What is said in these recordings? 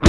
我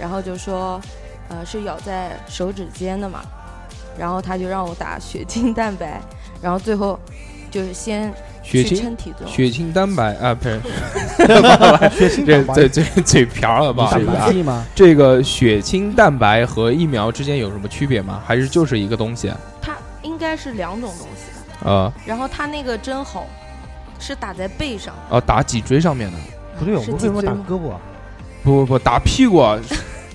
然后就说，呃，是咬在手指尖的嘛，然后他就让我打血清蛋白，然后最后就是先血去 清称体重，血清蛋白啊，不 是，血清这蛋白嘴嘴嘴瓢了，不好意你思打啊麻。醉吗？这个血清蛋白和疫苗之间有什么区别吗？还是就是一个东西？它应该是两种东西吧，呃，然后他那个针好是打在背上，哦，打脊椎上面的，不对，我是们为脊什么椎打吗胳膊啊？不不不，打屁股，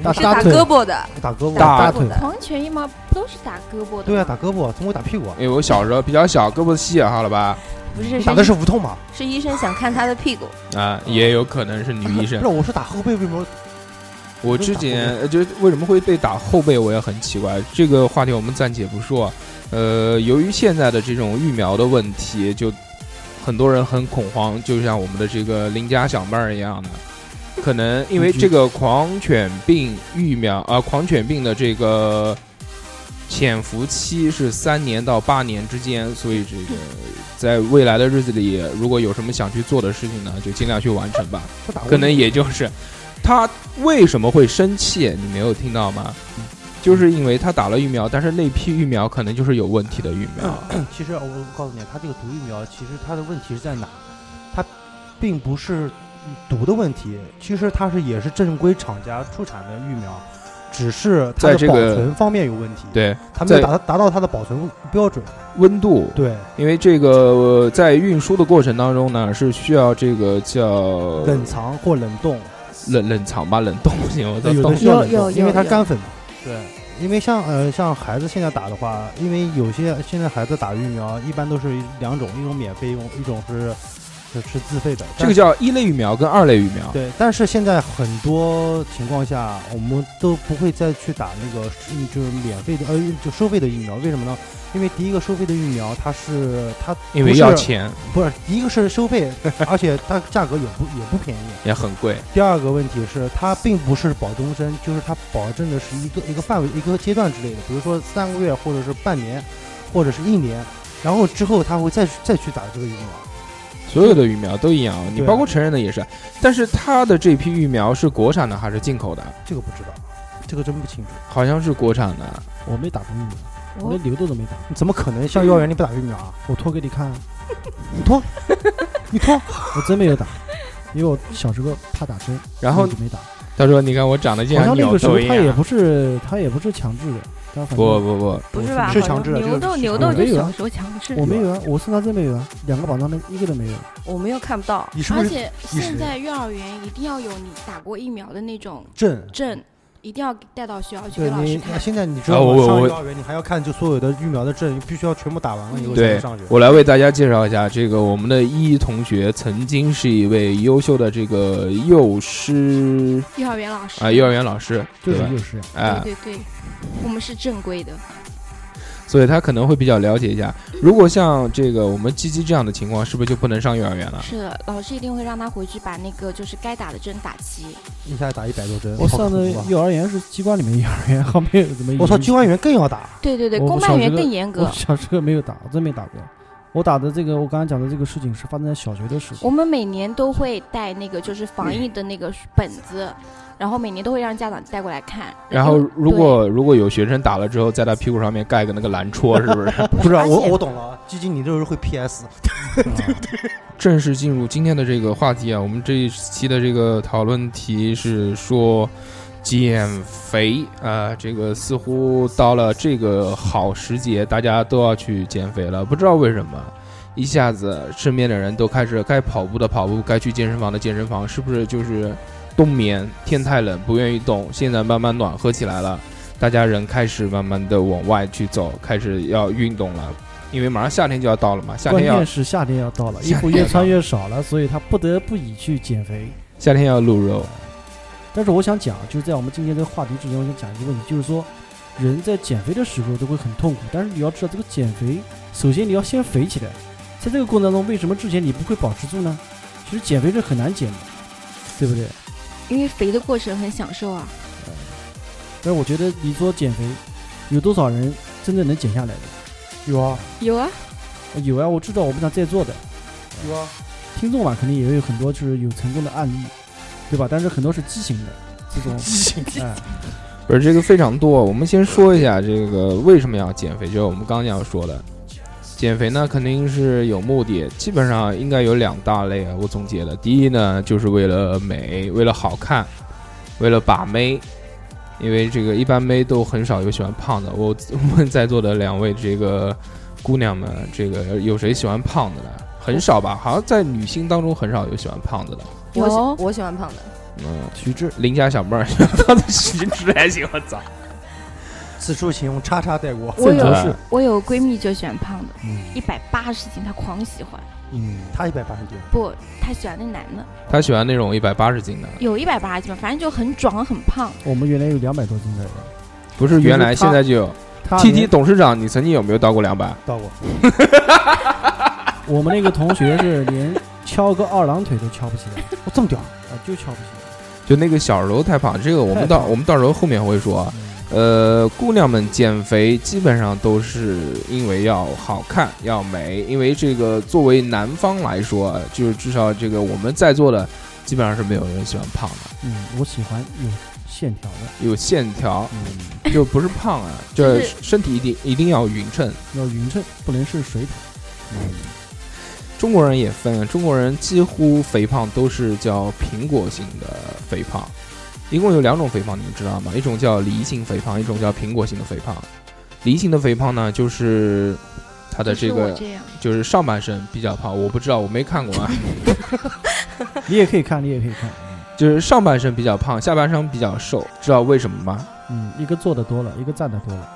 打是打腿，胳膊的，打胳膊，打胳大膊腿的，狂人拳疫苗不都是打胳膊的？对啊，打。胳膊，怎么会打屁股啊？因为哎我小时候比较小，胳膊细，好了吧？不是打的是无痛吧？是医生想看他的屁股，啊，也有可能是女医不生是，。我说打后背为什么？我之前呃就是为什么会被打后背，我也很奇怪。这个话题我们暂且不说。呃，由于现在的这种疫苗的问题，就很多人很恐慌，就像我们的这个邻家小妹儿一样的。可能因为这个狂犬病疫苗啊、狂犬病的这个潜伏期是三年到八年之间，所以这个在未来的日子里，如果有什么想去做的事情呢，就尽量去完成吧。他打过可能也就是他为什么会生气，你没有听到吗？就是因为他打了疫苗，但是那批疫苗可能就是有问题的疫苗。其实我告诉你，他这个毒疫苗，其实它的问题是在哪？它并不是毒的问题，其实它是也是正规厂家出产的疫苗，只是它在这的保个存方面有问题，，对，它没有在达达到它的保存标准。温度，对，因为这个、呃在运输的过程当中呢，是需要这个叫冷藏或冷冻，冷冷藏吧，冷冻不行，我操，有的冻需要冷有冻，有因为它有干粉嘛。对，因为像呃像孩子现在打的话，因为有些现在孩子打疫苗一般都是两种，一种免费，一种一种是是是自费的。这但个叫一类疫苗跟二类疫苗。对，但是现在很多情况下，我们都不会再去打那个嗯就是免费的呃就收费的疫苗，为什么呢？因为第一个收费的疫苗，它是它因为不是要钱不是第一个是收费，而且它价格也不也不便宜。也很贵，第二个问题是，它并不是保终身，就是它保证的是一个一个范围、一个阶段之类的，比如说三个月，或者是半年，或者是一年，然后之后他会再去再去打这个疫苗。所有的疫苗都一样，你对包括成人的也是。但是它的这批疫苗是国产的还是进口的？这个不知道，这个真不清楚。好像是国产的。我没打过疫苗，我连流都都没打，你怎么可能像幼儿园里不打疫苗啊？我脱给你看啊，你脱， 你脱，我真没有打，因为我小时候怕打针，然后就没打。他说：“你看我长得好像像那牛个时头候一他也样。不是他也不是强制的，但反”正不不不，不是吧？是好像强制的牛这个豆是牛强豆制的就没有啊小时候强制，我没有啊，我身上真没有啊，两个榜上面一个都没有。我们又看不到，你是不而是且现在幼儿园一定要有你打过疫苗的那种正？证，一定要带到学校去对给老师你看。现在你知啊道我吗？我上我幼儿园你还要看就所有的疫苗的证，必须要全部打完了以嗯后才对能上学。我来为大家介绍一下，这个我们的依依同学曾经是一位优秀的这个幼师幼儿园老师啊、哎幼儿园老师，就对是吧？幼师呀，哎、对对对，我们是正规的。所以他可能会比较了解一下。如果像这个我们鸡鸡这样的情况，是不是就不能上幼儿园了？是的，老师一定会让他回去把那个就是该打的针打齐。一下打一百多针，我好上的恐怖啊幼儿园是机关里面幼儿园， 后面有怎么？我操，机关员更要打，对对对，我公小办学员的更严我格。小时候没有打，我真没打过。我打的这个，我刚刚讲的这个事情是发生在小学的时候。我们每年都会带那个就是防疫的那个本子，然后每年都会让家长带过来看。然后因为如果如果有学生打了之后，在他屁股上面盖个那个蓝戳，是不是？不是而且我我懂了，基金你这是会 PS，正式进入今天的这个话题啊，我们这一期的这个讨论题是说减肥啊、这个似乎到了这个好时节，大家都要去减肥了，不知道为什么。一下子，身边的人都开始该跑步的跑步，该去健身房的健身房，是不是就是冬眠？天太冷，不愿意动。现在慢慢暖和起来了，大家人开始慢慢的往外去走，开始要运动了。因为马上夏天就要到了嘛，夏关天要键是夏天要到了，夏衣天服要越到穿了越少了，所以他不得不以去减肥。夏天要露肉，但是我想讲，就是在我们今天这个话题之前，我想讲一个问题，就是说，人在减肥的时候都会很痛苦，但是你要知道，这个减肥，首先你要先肥起来，在这个过程当中，为什么之前你不会保持住呢？其实减肥是很难减的，对不对？因为肥的过程很享受啊。但是我觉得你说减肥，有多少人真正能减下来的？有啊有啊，有啊，我知道我们俩在座的有啊，听众嘛，肯定也有很多就是有成功的案例，对吧？但是很多是畸形的这 种，哎，不是这个非常多。我们先说一下这个为什么要减肥，就是我们刚刚要说的，减肥呢肯定是有目的，基本上应该有两大类啊。我总结了，第一呢就是为了美，为了好看，为了把妹。因为这个一般妹都很少有喜欢胖的，我问在座的两位这个姑娘们，这个有谁喜欢胖的呢？ 很少吧，好像在女性当中很少有喜欢胖子的。我有啊啊喜我喜欢胖的，嗯，徐志，邻家小妹儿， 她的体质还行，我操。此处请用叉叉带过。我郑有州是市，我有闺蜜就喜欢胖的，嗯一百八十斤，她狂喜欢。嗯，他一百八十斤，不，她喜欢那男的，他喜欢那种一百八十斤的，有一百八十斤吧，反正就很壮很胖。我们原来有两百多斤的人，不是原来就是他现在就有。他 T 连 T 董事长，你曾经有没有到过两百？到过。 我们那个同学是连敲个二郎腿都敲不起 来，我这么屌，啊，就敲不起来。就就那个小时候太胖，这个我们太到 胖我们到时候后面会说啊。嗯呃，姑娘们减肥基本上都是因为要好看、要美，因为这个作为男方来说，就是至少这个我们在座的基本上是没有人喜欢胖的，嗯，我喜欢有线条的，有线条嗯，就不是胖 啊，就是身体一定一定要匀称。要匀称，不能是水桶。中国人也分，中国人几乎肥胖都是叫苹果型的肥胖，一共有两种肥胖，你们知道吗？一种叫梨形肥胖，一种叫苹果型的肥胖。梨形的肥胖呢，就是它的就是这我个这样，就是上半身比较胖，我不知道，我没看过啊， 你也可以看，你也可以看。就是上半身比较胖，下半身比较瘦，知道为什么吗？嗯，一个坐的多了，一个站的多了。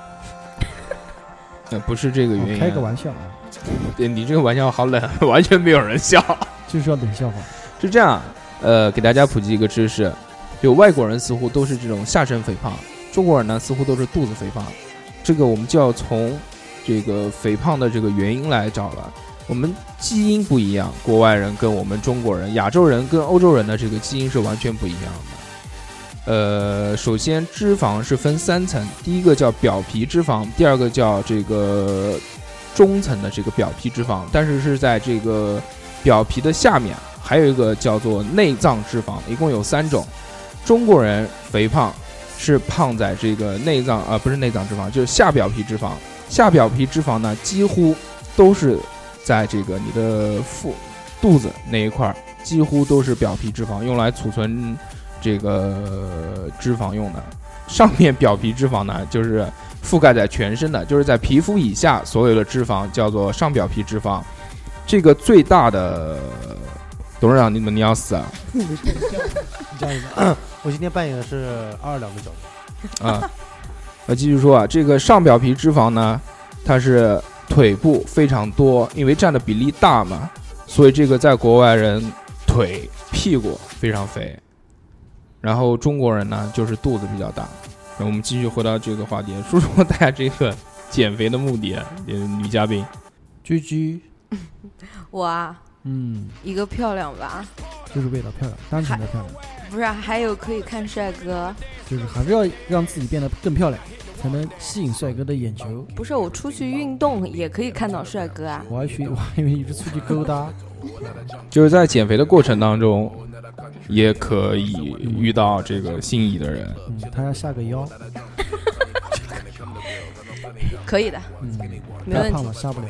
呃，不是这个原我因、开个玩笑啊，对你这个玩笑好冷， 完全没有人笑。就是要冷笑话。是这样，呃，给大家普及一个知识，就外国人似乎都是这种下身肥胖，中国人呢似乎都是肚子肥胖，这个我们就要从这个肥胖的这个原因来找了。我们基因不一样，国外人跟我们中国人、亚洲人跟欧洲人的这个基因是完全不一样的。呃，首先脂肪是分三层，第一个叫表皮脂肪，第二个叫这个中层的这个表皮脂肪，但是是在这个表皮的下面还有一个叫做内脏脂肪，一共有三种。中国人肥胖是胖在这个内脏啊、呃不是内脏脂肪，就是下表皮脂肪。下表皮脂肪呢，几乎都是在这个你的腹肚子那一块儿，几乎都是表皮脂肪，用来储存这个脂肪用的。上面表皮脂肪呢，就是覆盖在全身的，就是在皮肤以下所有的脂肪叫做上表皮脂肪。这个最大的董事长，你们你要死啊你这样一个。 我今天扮演的是二十两个角色，啊！我继续说啊，这个上表皮脂肪呢，它是腿部非常多，因为占的比例大嘛，所以这个在国外人腿屁股非常肥，然后中国人呢就是肚子比较大。那我们继续回到这个话题，说说大家这个减肥的目的。呃，女嘉宾，居居，我啊，嗯，一个漂亮吧，就是为了漂亮，单纯的漂亮，不是啊，还有可以看帅哥。就是还是要让自己变得更漂亮，才能吸引帅哥的眼球。不是我出去运动也可以看到帅哥啊，我还去，我还以为你是出去勾搭。就是在减肥的过程当中，也可以遇到这个心仪的人。嗯，他要下个腰。可以的，嗯，没太问胖题。了下不了。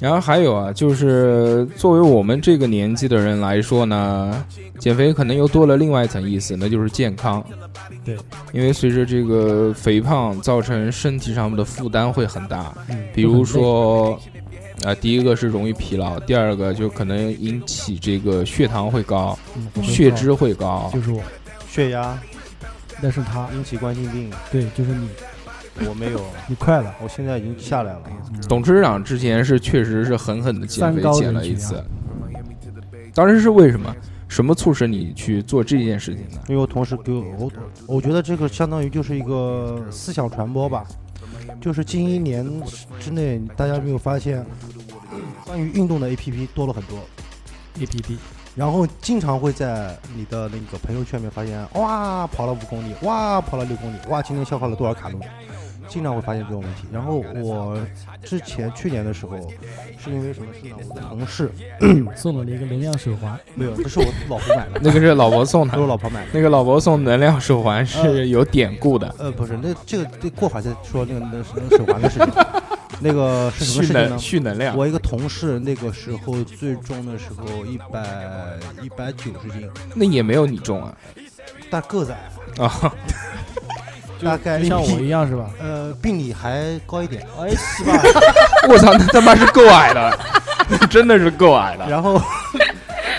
然后还有啊，就是作为我们这个年纪的人来说呢，减肥可能又多了另外一层意思，那就是健康。对，因为随着这个肥胖造成身体上面的负担会很大，嗯，比如说，啊、第一个是容易疲劳，第二个就可能引起这个血糖会高，嗯不能血高脂会高就。是我，血压那是他，引起冠心病，对，就是你。我没有， 你快了，我现在已经下来了。董事长之前是确实是狠狠的减三肥高减人了一群啊次，当时是为什么？什么促使你去做这件事情呢？因为我同事给我，我我觉得这个相当于就是一个思想传播吧，就是近一年之内，大家有没有发现，关于运动的 APP 多了很多，APP，然后经常会在你的那个朋友圈里面发现，哇，跑了五公里，哇，跑了六公里，哇，今天消耗了多少卡路里。经常会发现这种问题，然后我之前去年的时候，是因为什么事呢？我的同事嗯送了你一个能量手环，没有，不是我老婆买 的， 那个是老婆送不的是，我老嗯婆买的，那个老婆送能量手环是有典故的，呃，不是，那这个这过会儿再说那个那什么手环的事情。那个是什蓄么事情能呢？蓄能量。我一个同事那个时候最重的时候一百一百九十斤，那也没有你重啊但个子矮，啊！大概哎就像我比一样是吧？呃比你还高一点。哎，是吧？我操，那他妈是够矮的， 真的是够矮的，然后，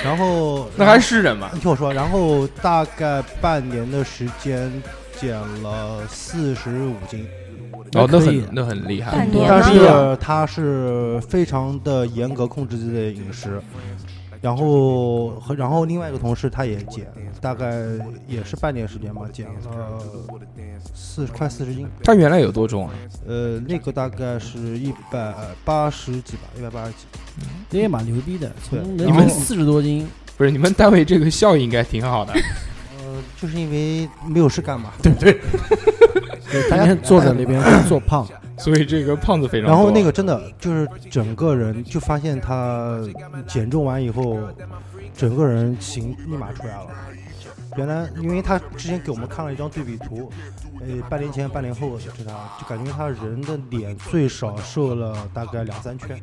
然后那还是人吗？你听我说，然后大概半年的时间减了四十五斤，哦，那可很以啊那很厉害半年啊呢？但是他是非常的严格控制自己的饮食，然后和然后另外一个同事他也减，大概也是半年时间吧，减了四快四十斤，他原来有多重啊？呃，那个大概是一百八十几吧，一百八十几， 这也蛮牛逼的，从对能你们从四十多斤，不是你们单位这个效益应该挺好 的，呃，就是因为没有事干嘛， 天天坐在那边做胖，所以这个胖子非常多。，然后那个真的就是整个人就发现他减重完以后，整个人形立马出来了。原来因为他之前给我们看了一张对比图，呃，半年前、半年后是他，就感觉他人的脸最少瘦了大概两三圈。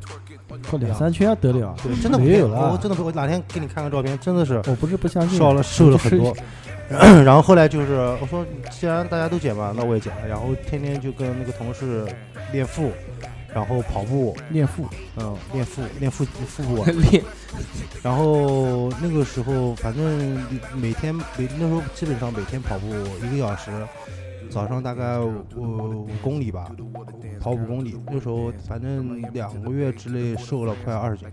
靠两三圈得了啊？对，真的没有嗯了，我了真。的不，我哪天给你看看照片，真的是我不是不相信，瘦了瘦了很多 就。然后后来就是我说，既然大家都减嘛，那我也减了。然后天天就跟那个同事练腹，然后跑步，是练腹，嗯，练腹练腹腹部啊练然后那个时候反正每天每那时候基本上每天跑步一个小时，早上大概五五公里吧，跑五公里。那时候反正两个月之内瘦了快二十斤，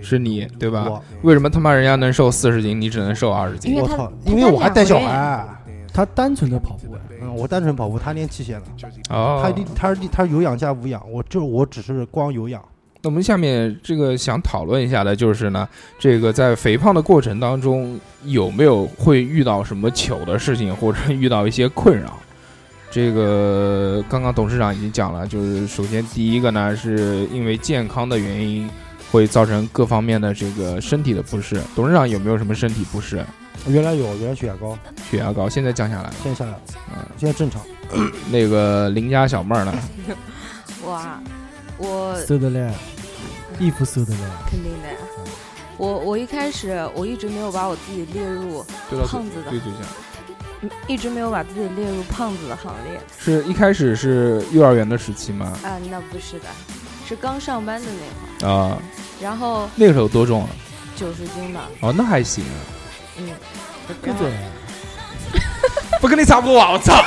是你对吧？我为什么他妈人家能瘦四十斤，你只能瘦二十斤？因为我他操，他因为我还带小两个孩，他单纯的跑步啊，嗯，我单纯跑步，他练器械了，哦他，他他有氧加无氧，我就我只是光有氧。那我们下面这个想讨论一下的就是呢，这个在肥胖的过程当中有没有会遇到什么糗的事情，或者 遇到一些困扰？这个刚刚董事长已经讲了，就是首先第一个呢，是因为健康的原因会造成各方面的这个身体的不适。董事长有没有什么身体不适？原来有，原来血压高，血压高，现在降下来了。现在下来了，嗯，现在正常。那个邻家小妹 儿呢？我啊，我瘦的嘞，衣服瘦的嘞，肯定的呀。我我一开始我一直没有把我自己列入对了胖子的对，对对，嗯一直没有把自己列入胖子的行列是一开始是幼儿园的时期吗？啊，那不是的，是刚上班的那会儿，啊、然后那个时候多重啊？九十斤吧，哦，那还行啊，嗯，对然不后对？不跟你差不多啊！我操！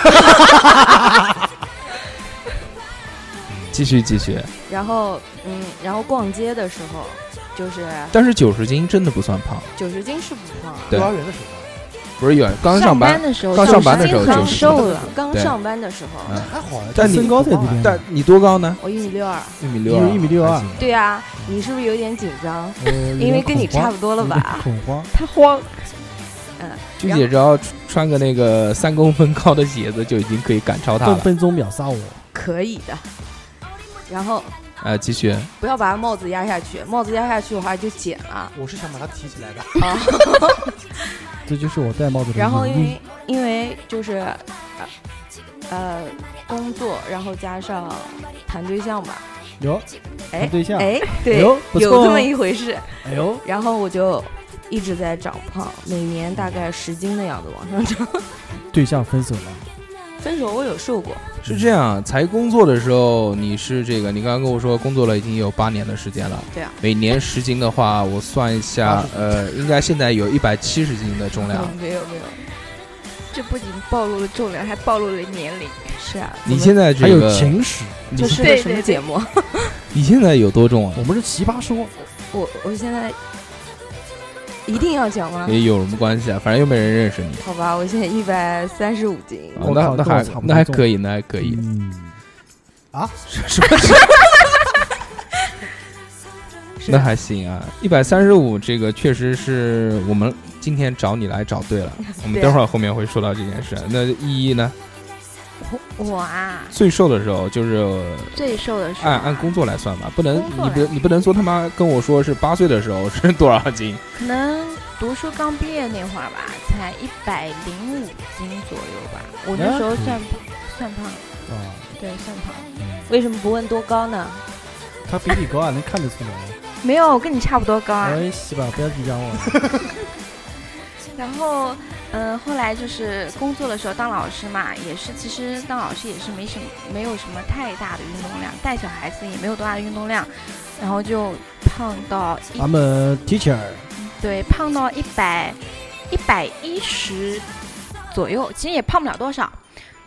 继续继续，然后嗯，然后逛街的时候，就是但是九十斤真的不算胖，九十斤是不胖啊，对幼儿园的时候。不是有刚上班班，的时候，刚上班的90时候斤很就是瘦了，刚对上班的时候，嗯还好啊，但你身身高在这这边，但你多高呢？我一米六二，一米你六二，有一米六二，对啊，你是不是有点紧张？呃因为跟你差不多了吧？ 有点恐慌，他慌。鞠姐只要穿穿个那个三公分高的鞋子就已经可以赶超她分了。分钟秒杀我，可以的。然后呃，继续，不要把帽子压下去，帽子压下去的话就剪了。我是想把它提起来的。啊， 这就是我戴帽子的然后因原因为因为就是呃呃工作，然后加上谈对象吧，哟，哎谈对象，哎哎对，呦，不错有这哦么一回事。哎呦，然后我就一直在长胖，每年大概十斤的样子往上长。对象分手了，分手我有瘦过，是这样，才工作的时候你是这个，你刚刚跟我说工作了已经有八年的时间了，对啊，每年十斤的话，嗯嗯我算一下，呃，应该现在有一百七十斤的重量，没有没有。这不仅暴露了重量，还暴露了年龄。是啊，你现在还这有个，情史，你这是对个什么对节目？你现在有多重啊？我们是奇葩说，我我现在一定要讲吗？也有什么关系啊？反正又没人认识你。好吧，我现在一百三十五斤，啊我那靠那跟我还差不多那还重可以，那还可以。嗯，什么？那还行啊，一百三十五，这个确实是我们今天找你来找对了。我们对待会儿后面会说到这件事。那依依呢？ 我啊，最瘦的时候就是最瘦的时候按按工作来算吧，不能工你作不你不能说他妈跟我说是八岁的时候是多少 斤，可能读书刚毕业那会儿吧，才一百零五斤左右吧。我那时候算胖，算胖，啊，对，算胖。为什么不问多高呢？他比你高啊，能看 得出来。没有，我跟你差不多高啊。哎，西吧，不要紧张哦我。然后，嗯、后来就是工作的时候当老师嘛，也是其实当老师也是没什么，没有什么太大的运动量，带小孩子也没有多大的运动量，然后就胖到一咱们 teacher 对胖到一百一百一十左右，其实也胖不了多少。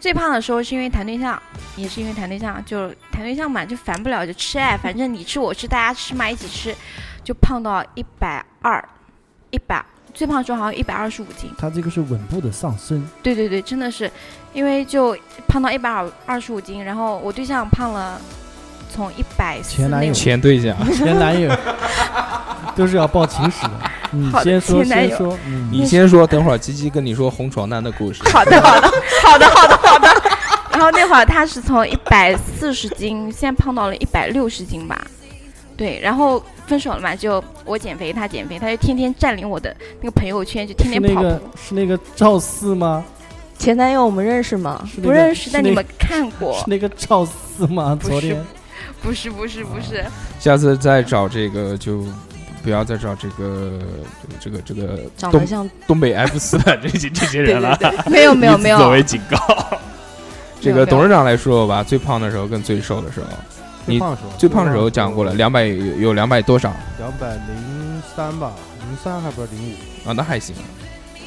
最胖的时候是因为谈对象，也是因为谈对象，就谈对象嘛，就烦不了就吃哎，反正你吃我吃，大家吃嘛一起吃，就胖到一百二，一百最胖的时候好像一百二十五斤。他这个是稳步的上升，对对对，真的是，因为就胖到一百二二十五斤，然后我对象胖了，从一百四前男那友会前对象。前男 友都是要报情史的。嗯，好的先说前男先友说，嗯，你先说，等会儿鸡鸡跟你说红床单的故事。好的，好的，好的，好的，好的。然后那会儿他是从一百四十斤，现在胖到了一百六十斤吧。对，然后分手了嘛，就我减肥，他减肥，他就天天占领我的那个朋友圈，就天是天那跑步。个是那个赵四吗？前男友我们认识吗？是那不个认识，是但那你个们看过是？那个赵四吗？不昨是天不是，不是，不是。下次再找这个就不要再找这个这个这个长东得像东北 F 四的这些这些 人了。没有，没有，以没此作有为。警告。这个董事长来说吧，最胖的时候跟最瘦的时候，你最胖的时候，最胖的时候讲过了，两百有有两百多少啊？两百零三吧，零三还不是零五？啊那还行，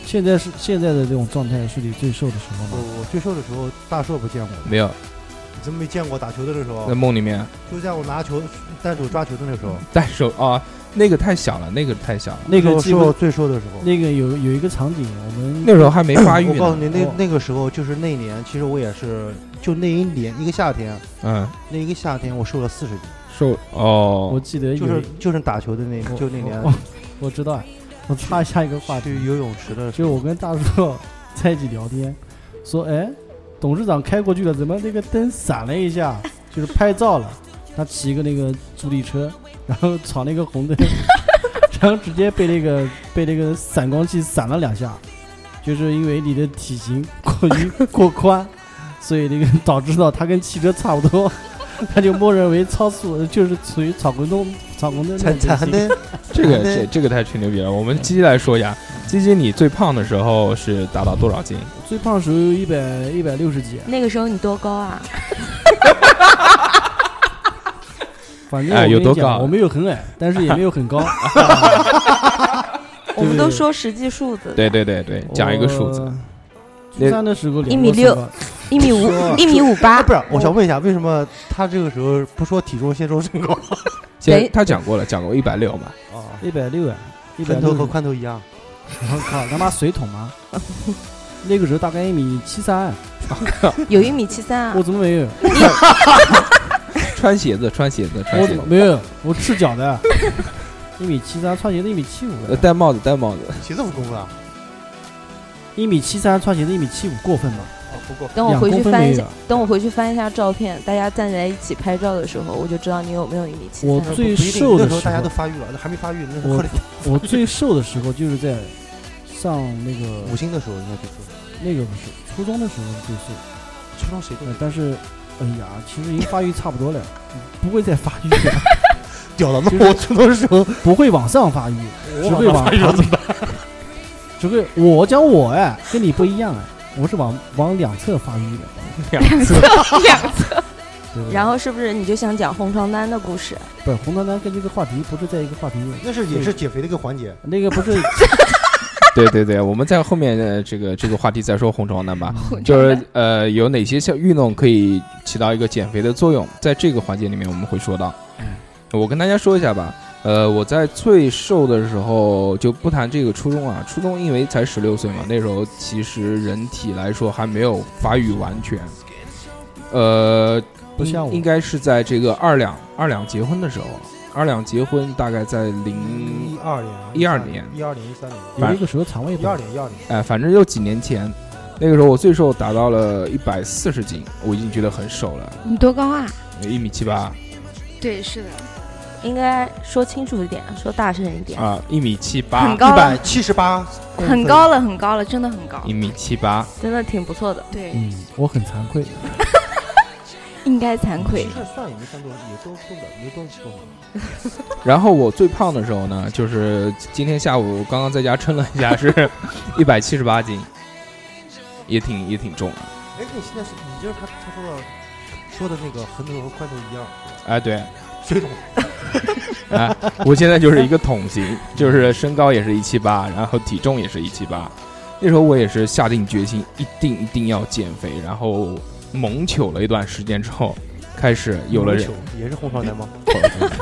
现在是现在的这种状态是你最瘦的时候我吗？我最瘦的时候，大硕不见过，没有你真没见过打球的那时候在，嗯梦里面就在我拿球单手抓球的那时候，单手啊，那个太小了，那个太小了，那个是记我不最瘦的时候。那个有有一个场景，我们那时候还没发育我告诉呢。你，那哦那个时候就是那一年，其实我也是，就那一年一个夏天，嗯，那一个夏天我瘦了四十斤，瘦我哦，记得有就是一哦就是打球的那我就那年我我知道啊，我插一下一个话题去，游泳池的时就是我跟大硕在一起聊天，说哎，董事长开过去了，怎么那个灯闪了一下， 就是拍照了。他骑个那个助力车，然后闯那个红灯， 然后直接被那个被那个散光器闪了两下，就是因为你的体型过于 过宽，所以那个导致到他跟汽车差不多， 他就默认为超速，就是属于闯红灯闯红灯那候，惨种惨型的，这个那这这个太吹牛逼了。我们鸡鸡来说一下，鸡鸡你最胖的时候是达到多少斤？最胖的时候有一百一百六十几，那个时候你多高啊？反正哎我跟有你多讲高啊我没有很矮，但是也没有 很高。啊我们都说实际数字，对对对对，讲一个数字我。。初三的时候量过一米六身高，一米五说，一米五八啊， 不。是，我哦想问一下，为什么他这个时候不说体重，先说身高？先没他讲过了，讲过一百六嘛。啊，一百六啊，一百宽头六。和我宽头一样，靠，他妈水桶 吗？那个时候大概一米七三，啊有一米七三啊我。怎么没有？穿鞋子，穿鞋子，穿我鞋怎子么。没有？我赤脚的， 一米七三，穿鞋子一米七五啊呃，的，戴帽子，戴帽子。鞋子不公分啊？一米七三穿鞋子一米七五过分吗？哦，不过分。等我两回公去分翻没一下有，。等我回去翻一下照片，大家站在一起拍照的时候，我就知道你有没有一米七我三。最不一定瘦的那时候时大家候都发育了，那还没发育，那是我后来我最瘦的时候就是在上那个五星的时候应该 最瘦，那个不是初中的时候最瘦。初中谁都呃，但是，哎呀，其实已经发育差不 多了，不会再发育了，屌了。就是那我初中的时候，不会往上发育，只会往育了 怎么办？ 只会我讲我哎，跟你不一样哎，我是往往两侧发育的，两侧， 两侧。对不对然后是不是你就想讲红床单的故事？不是红丹丹跟这个话题不是在一个话题内，那是也是减肥的一个环节，那个不是对对对，我们在后面的这个这个话题再说红肠男嗯 吧，就是呃有哪些像运动可以起到一个减肥的作用，在这个环节里面我们会说到。我跟大家说一下吧，呃，我在最瘦的时候就不谈这个初中啊，初中因为才十六岁嘛，那时候其实人体来说还没有发育完全，呃，不像我应应该是在这个二两二两结婚的时候，二两结婚大概在零一二年、 12 13嗯年一二年、一三年、有一个时候肠胃一不二好，年、一二年，哎，反正就几年前，那个时候我最瘦达到了一百四十斤，我已经觉得很瘦了，你多高啊？一米七八对，是的，应该说清楚一点，说大声一点。啊，一米七八很，高啊一了，百七十八，很高了，很高了，真的很高一。米七八，真的挺不错的。对，嗯，我很惭愧，应该惭其愧实。算也没算多，也都瘦了，没多瘦。然后我最胖的时候呢，就是今天下午刚刚在家称了一下，是 一百七十八斤，也挺也挺重的。哎，你现在是你就是他他说的说的那个横头和宽头一样，哎，对，谁懂？哎， 我现在就是一个桶型，就是身高也是一七八，然后体重也是一七八。那时候我也是下定决心，一定一定要减肥，然后猛求了一段时间之后，开始有了人球，也是红烧男吗？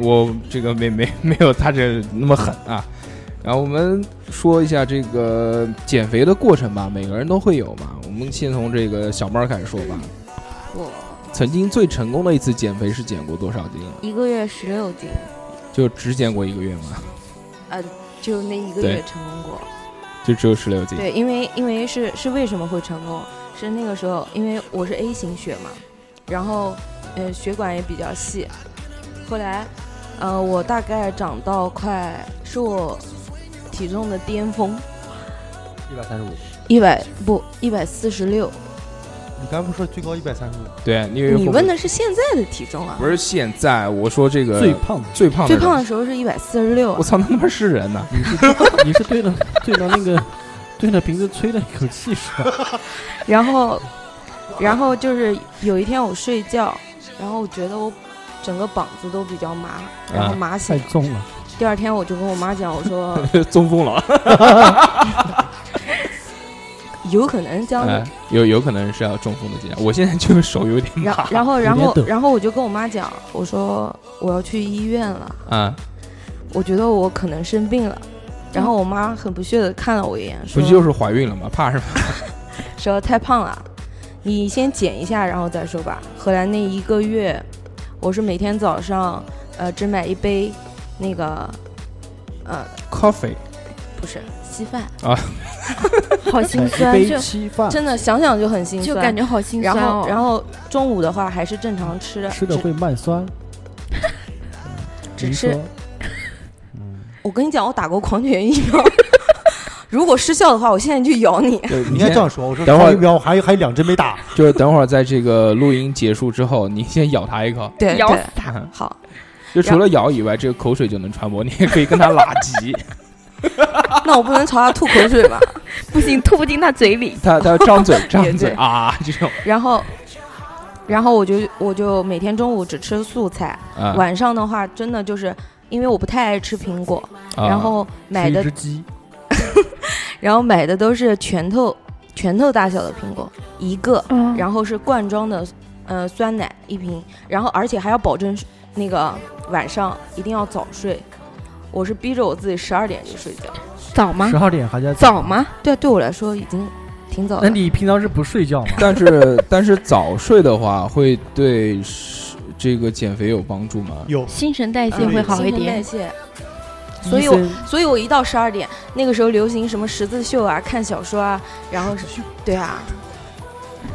我这个没没没有他这那么狠啊。然后我们说一下这个减肥的过程吧，每个人都会有嘛。我们先从这个小猫开始说吧。我曾经最成功的一次减肥是减过多少斤？啊一个月十六斤，就只减过一个月嘛，就那一个对月成功过。就只有十六斤。对，因为因为是是为什么会成功？是那个时候，因为我是 A 型血嘛，然后呃血管也比较细。后来，呃我大概长到快是我体重的巅峰，一百三十五。一百不一百四十六。你刚不是说最高一百三十五？对，啊因为你我问的是现在的体重啊不？是现在，我说这个最胖的，最胖的最人胖的时候是一百四十六我，操，他妈是人呐！你是 你是对着对着那个对着瓶子吹了一口气是吧？然后，然后就是有一天我睡觉，然后我觉得我整个膀子都比较麻，啊然后麻醒太哎了。重了，第二天我就跟我妈讲，我说 中风了，有可能这样子哎，有有可能是要中风的迹象。我现在就是手有点麻然 然后，然有点后，抖然后我就跟我妈讲，我说我要去医院了，啊，我觉得我可能生病了。然后我妈很不屑的看了我一眼，不说就是怀孕了吗？怕什么？说太胖了，你先减一下，然后再说吧。后来那一个月，我是每天早上呃只买一杯那个呃 coffee 不是稀饭，啊 好心一酸， 杯就稀饭真的想想就很心就酸，感觉好心然酸后哦。然后中午的话还是正常吃的，吃的只会 慢酸，只你吃说。嗯，我跟你讲，我打过狂犬疫苗， 如果失效的话，我现在就咬你。对，你你应该先这样说。我说等会儿还有一秒，我还有还有两针没打。就是等会儿在这个录音结束之后，你先咬它一口。啊对，咬对死 好，就除了咬以外，这个口水就能传播，你也可以跟它 拉鸡。那我不能朝他吐口水吧？不行，吐不进他嘴里。它它张嘴张也嘴对啊，这种然后，然后我就我就每天中午只吃素菜，啊，晚上的话真的就是因为我不太爱吃苹果，啊然后买的吃一只鸡， 然后买的都是拳头拳头大小的苹果一个，哦嗯然后是罐装的，呃，酸奶一瓶，然后而且还要保证那个晚上一定要早睡。我是逼着我自己十二点就睡觉，早吗十？二点还在早？吗？对，对我来说已经挺早那的。你平常是不睡觉吗？但是但是早睡的话，会对是这个减肥有帮助吗？有新陈代谢嗯会好一新陈代点。谢。所以医我生所以我一到十二点，那个时候流行什么十字绣啊、看小说啊，然后是，对啊，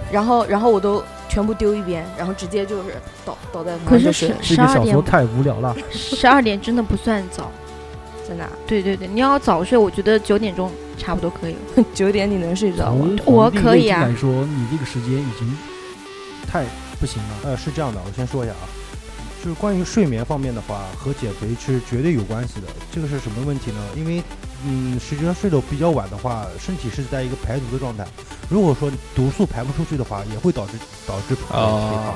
然后然后我都全部丢一边，然后直接就是倒倒在床可是上十睡，这十个二小点说太无聊了，十二点真的不算早。真的啊。对对对，你要早睡，我觉得九点钟差不多可以了。九点你能睡着吗？从我《黄帝可内以经啊来说，你这个时间已经太不行了。呃，是这样的，我先说一下啊，就是关于睡眠方面的话，和减肥是绝对有关系的。这个是什么问题呢？因为，嗯，实际上睡得比较晚的话，身体是在一个排毒的状态。哦如果说毒素排不出去的话，也会导致导致肥胖。哦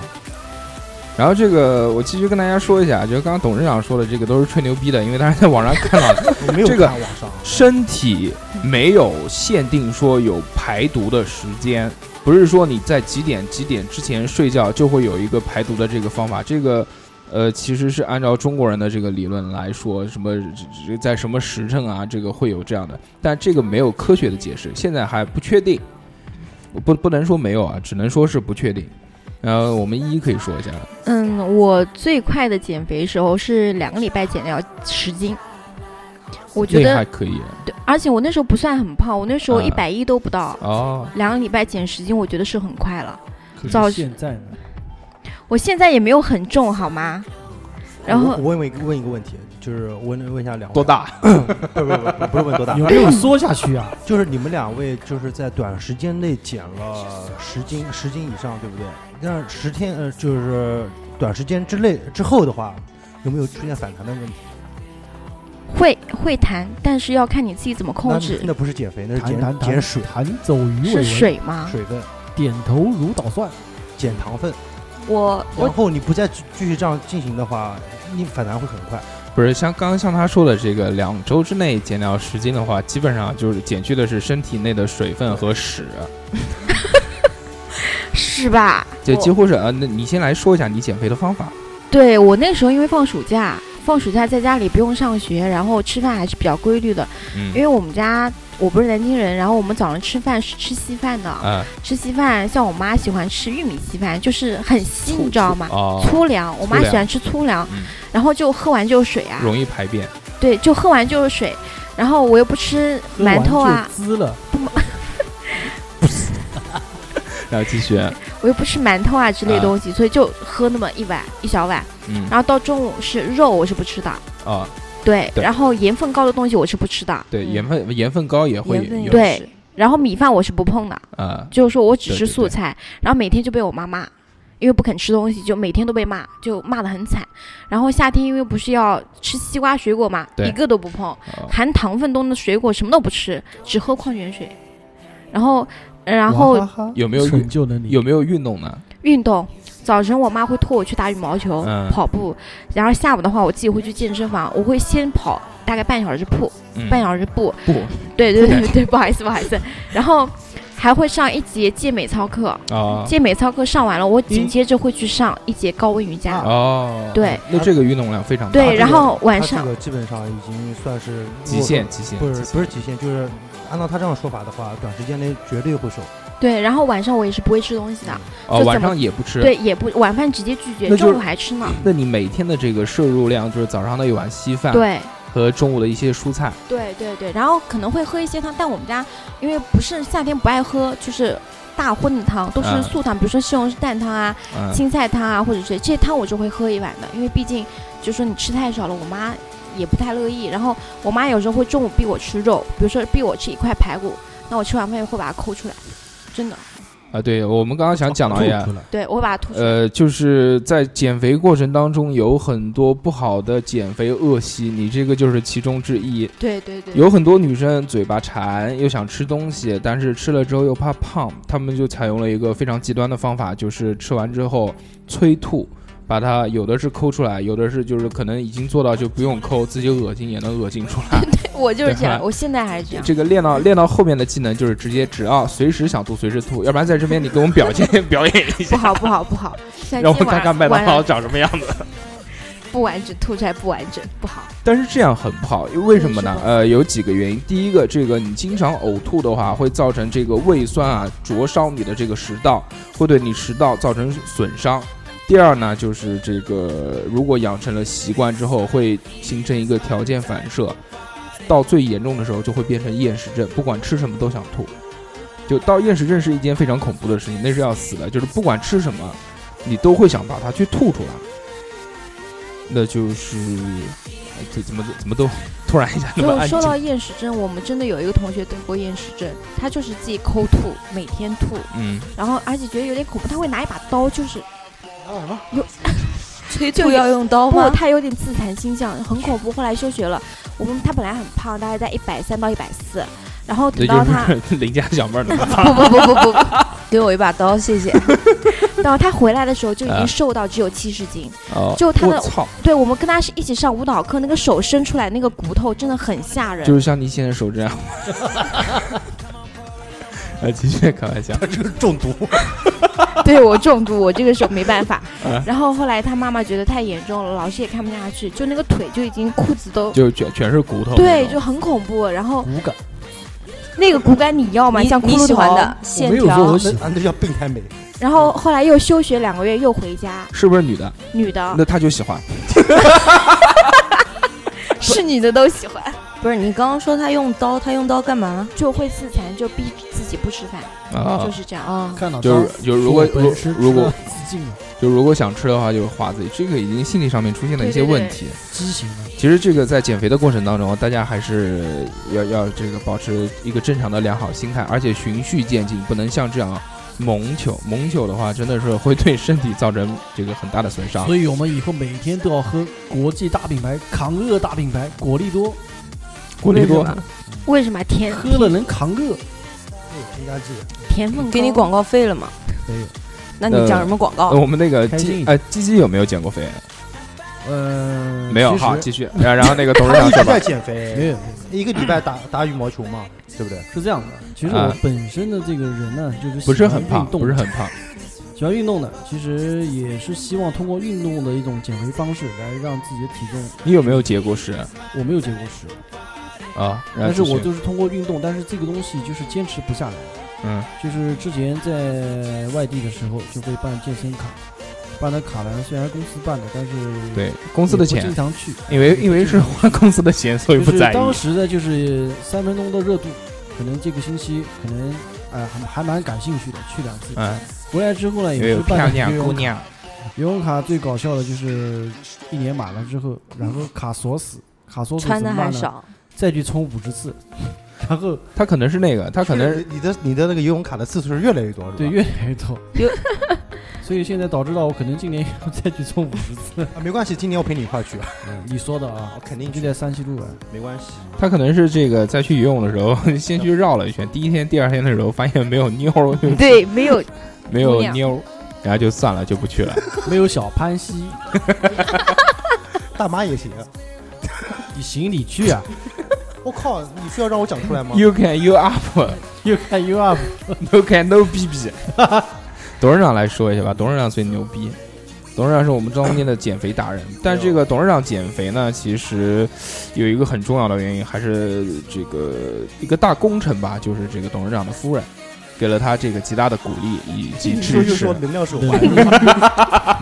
然后这个我继续跟大家说一下，就是刚刚董事长说的这个都是吹牛逼的，因为他是在网上看到的， 我没有这看个网上，啊身体没有限定说有排毒的时间，不是说你在几点几点之前睡觉就会有一个排毒的这个方法，这个。呃，其实是按照中国人的这个理论来说，什么这这在什么时辰啊，这个会有这样的，但这个没有科学的解释，现在还不确定，不不能说没有啊，只能说是不确定。呃，我们一一可以说一下，嗯，我最快的减肥时候是两个礼拜减掉十斤，我觉那个还得，可以啊对，而且我那时候不算很胖，我那时候嗯一百一都不到，哦，两个礼拜减十斤，我觉得是很快了。可早是现在呢？我现在也没有很重，好吗？然后我我问一个问一个问题，就是我问问一下两位多？大？不是不是不是不是问多大 有，没有缩下去 啊？就是你们两位就是在短时间内减了十斤十斤以上，对不对？那十天呃，就是短时间之内之后的话，有没有出现反弹的问题？会会弹，但是要看你自己怎么控那制。那不是减肥，那是弹减弹减弹水弹走鱼尾是纹，水吗？水分，点头如捣蒜。减糖分。嗯我然我后你不再继继续这样进行的话，你反弹会很快。不是像刚刚像他说的这个，两周之内减掉十斤的话，基本上就是减去的是身体内的水分和屎，是吧？这我几乎是呃，那你先来说一下你减肥的方法。对我那时候因为放暑假，放暑假在家里不用上学，然后吃饭还是比较规律的。嗯因为我们家我不是南京人，然后我们早上吃饭是吃稀饭的，啊吃稀饭像我妈喜欢吃玉米稀饭，就是很稀，你知道吗？哦，粗粮，我妈粗粮喜欢吃粗粮，嗯然后就喝完就是水啊，容易排便，对，就喝完就是水，然后我又不吃喝完馒头啊，就滋了，然后继续，我又不吃馒头啊之类的啊东西，所以就喝那么一碗一小碗，嗯然后到中午是肉我是不吃的，啊，对，对然后盐分高的东西我是不吃的，对，嗯盐分盐分高也会盐分有对然后米饭我是不碰的，啊，就是说我只对吃对素对菜，然后每天就被我妈骂，因为不肯吃东西，就每天都被骂，就骂得很惨。然后夏天因为不是要吃西瓜水果嘛，对一个都不碰，哦含糖分多的水果什么都不吃，只喝矿泉水，然后然后娃哈哈哦有没有成运就了你。有没有运动呢？运动。早晨我妈会拖我去打羽毛球、嗯跑步，然后下午的话我自己会去健身房，我会先跑大概半小时步，嗯半小时步，不对对对对，不好意思不好意思，然后还会上一节健美操课，啊健美操课上完了，我紧接着会去上一节高温瑜伽，哦，对那这个运动量非常大，对，啊这然个后晚他上这个基本上已经算是极限，极限如果极说，不限是不是极限，就是按照他这样说法的话，短时间内绝对会瘦。对，然后晚上我也是不会吃东西的，哦，就晚怎么上也不吃，对，也不晚饭直接拒绝，那就中午还吃呢，那你每天的这个摄入量就是早上的一碗稀啊饭，，对。和中午的一些蔬菜，对对对，然后可能会喝一些汤，但我们家因为不是夏天不爱喝，就是大荤的汤，都啊是嗯素汤，比如说西红柿蛋汤啊、嗯，青菜汤啊，或者是这些汤我就会喝一碗的，因为毕竟就说你吃太少了，我妈也不太乐意。然后我妈有时候会中午逼我吃肉，比如说逼我吃一块排骨，那我吃完饭会把它抠出来，真的，啊，对我们刚刚想哦讲到一下吐，出来对我会把它吐出来。呃，就是在减肥过程当中有很多不好的减肥恶习，你这个就是其中之一。对对对，有很多女生嘴巴馋，又想吃东西，但是吃了之后又怕胖，她们就采用了一个非常极端的方法，就是吃完之后催吐，把它有的是抠出来，有的是就是可能已经做到就不用抠，自己恶心也能恶心出来。我就是这样，对我现在还是这样。这个练到练到后面的技能就是直接只要随时想吐随时吐，要不然在这边你给我们表现表演一不下，好不好 不好，现在让今我晚看看麦当晚劳上长什么样子。不完整，吐出来不完整，不好。 但是这样很不好，因为为什么呢为？呃，有几个原因。第一个，这个你经常呕吐的话，会造成这个胃酸啊灼烧你的这个食道，会对你食道造成损伤。第二呢，就是这个如果养成了习惯之后，会形成一个条件反射，到最严重的时候就会变成厌食症，不管吃什么都想吐。就到厌食症是一件非常恐怖的事情，那是要死的，就是不管吃什么，你都会想把它去吐出来。那就是，哎这怎么怎么都突然一下那么就安说到静？厌食症，我们真的有一个同学得过厌食症，他就是自己抠吐，每天吐，嗯，然后而且觉得有点恐怖，他会拿一把刀，就是催就吐要用刀不，吗？他有点自残倾向，很恐怖。后来休学了，我们他本来很胖，大概在一百三到一百四，然后等这到他 就是邻家小妹儿的 不不不不不，给我一把刀，谢谢。然后他回来的时候就已啊经瘦到只有七十斤，哦，就他的我操，对我们跟他是一起上舞蹈课，那个手伸出来那个骨头真的很吓人。就是像你现在手这 样。呃，继续开玩笑，这个中毒，对我中毒，我这个时候没办法 啊。然后后来他妈妈觉得太严重了，老师也看不下去，就那个腿就已经裤子都就全全是骨头那种。对，就很恐怖。然后骨感。那个骨感你要吗？你像骷你髅喜头欢的线我没有说条我，那喜欢，啊那叫病态美。然后后来又休学两个月，又回家，是不是女的？女的那他就喜欢。 是女的都喜欢，不是你刚刚说他用刀，他用刀干嘛？就会自残，就逼自己不吃饭，啊就，是这样。啊，看到就是就是如果如如果自尽了，就如果想吃的话，就是划自己。这个已经心理上面出现了一些对对问对题。畸形了，其实这个在减肥的过程当中，大家还是要要这个保持一个正常的良好心态，而且循序渐进，不能像这样猛求。猛求的话，真的是会对身体造成这个很大的损伤。所以我们以后每天都要喝国际大品牌扛饿大品牌果粒多，果粒多，为什么甜喝了能扛饿。对添加剂，甜分给你高啊广告费了吗？没有，那你讲什么广告呃，？我们那个哦开心鸡一点哎，鸡鸡有没有减过肥？呃，没有，其实好，继续。然然后那个董事他长 一直说在吧，减没肥，有，一个礼拜打打羽毛球 嘛，对不对？是这样的。其实啊我本身的这个人呢，就是不喜是欢很胖，运动不是很胖，喜欢运动的，其实也是希望通过运动的一种减肥方式来让自己的体重。你有没有结过食我没有减过食，啊？然后但是继续我就是通过运动，但是这个东西就是坚持不下来。嗯，就是之前在外地的时候就会办健身卡，办的卡呢虽然公司办的，但是对也公司的不钱经，常 去，因为因为是花公司的钱，所以不就是在意。当时的就是三分钟的热度，可能这个星期可能哎、还还蛮感兴趣的，去两次。嗯，回来之后呢，因也为有哎是哎漂办亮游姑泳卡。娘，游泳卡最搞笑的就是一年满了之后，然后卡锁死，卡锁死穿的怎么还办呢， 少，再去充五十次， 然后她可能是那个，她可能你的你的那个游泳卡的次数是越来越多，是吧？对越来越多 有，所以现在导致到我可能今年要再去充五十次。啊，没关系，今年我陪你一块去，你说的啊我，肯你定就去，在山西路啊玩，没关系。他可能是这个在去游泳的时候， 先去绕了一圈，第一天、第二天的时候发现没有妞儿，就对，没有没有姑娘妞儿，然后就算了，就不去了。没有小潘西，大妈也行。你行你去啊， 我靠，你需要让我讲出来吗？ You can you up, 又看又 up， no can no bb。董事长来说一下吧， 董事长最牛逼。董事长是我们中间的减肥 达人，但这个董事长减肥呢，其实有一个很重要的原因，还是这个一个大功臣吧，就是这个董事长的夫人，给了他这个极大的鼓励以及 你说支就持说。能量手环，对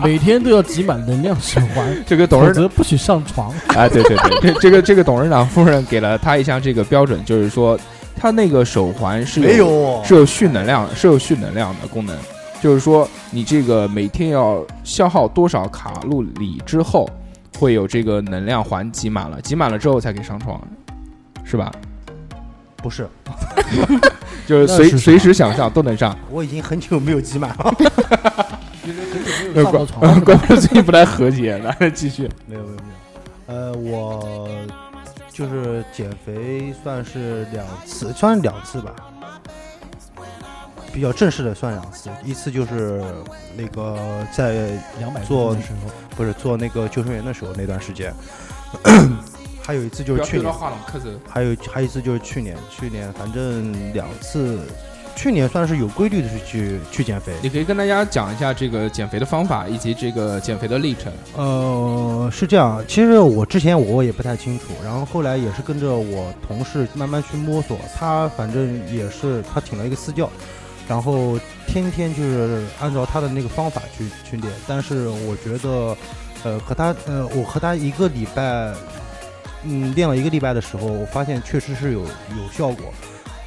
每天都要挤满能量手 环，这个董否事长。则不许上床。啊，对对对，这这个这个董事长夫人给了他一项这个标准，就是说他那个手环是 没有哦是有蓄能量，是有蓄能量的功能，就是说你这个每天要消耗多少卡路里之后，会有这个能量环挤满了，挤满了之后才可以上床，是吧？不是，就是那随是随时想上都能上，我已经很久没有挤满 了。没有上过床呃是吧怪不得最近不太和谐。来继续，没有没有没有，呃，我就是减肥算是两次，算是两次吧，比较正式的算两次，一次就是那个在两百做的时候，不是做那个救生员的时候那段时间， 还有一次就是去年，话筒磕头。还有还有一次就是去年，去年反正两次，去年算是有规律的去去去减肥，你可以跟大家讲一下这个减肥的方法以及这个减肥的历程。 呃，是这样，其实我之前我也不太清楚，然后后来也是跟着我同事慢慢去摸索，他反正也是他请了一个私教，然后天天就是按照他的那个方法去去练，但是我觉得，呃，和他呃，我和他一个礼拜，嗯，练了一个礼拜的时候，我发现确实是有有效果。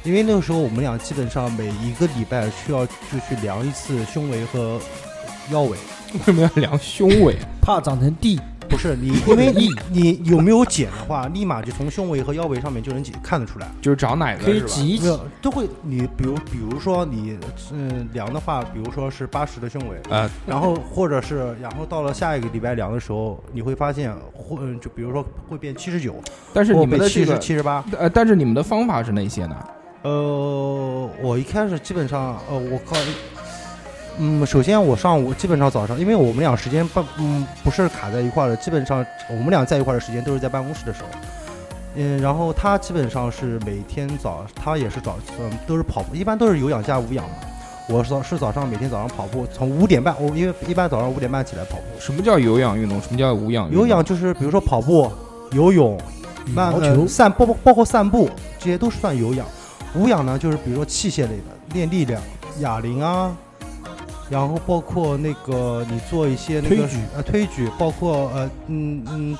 因为那个时候我们俩基本上每一个礼拜需要就去量一次胸围和腰围，为什么要量胸围？啊怕长成地，不是你， 因为你你有没有减的话，立马就从胸围和腰围上面就能解看得出来。就是长奶可子以是吧？挤一没挤有，都会你比如比如说你嗯量的话，比如说是八十的胸围，啊、然后或者是然后到了下一个礼拜量的时候，你会发现会嗯就比如说会变七十九，但是我你们们的的七这十个七十八。呃，但是你们的方法是哪些呢？呃，我一开始基本上呃我靠，嗯，首先我上午基本上早上，因为我们俩时间办嗯不是卡在一块儿的，基本上我们俩在一块儿的时间都是在办公室的时候。嗯，然后他基本上是每天早，他也是早，嗯，都是跑步，一般都是有氧加无氧嘛。我是早是早上每天早上跑步，从五点半，我、因为一般早上五点半起来跑步。什么叫有氧运动？什么叫无氧运动？有氧就是比如说跑步、游泳、羽慢毛呃球、散包包括散步，这些都是算有氧。无氧呢，就是比如说器械类的，练力量，哑铃啊，然后包括那个你做一些那个推举呃推举，包括呃嗯嗯，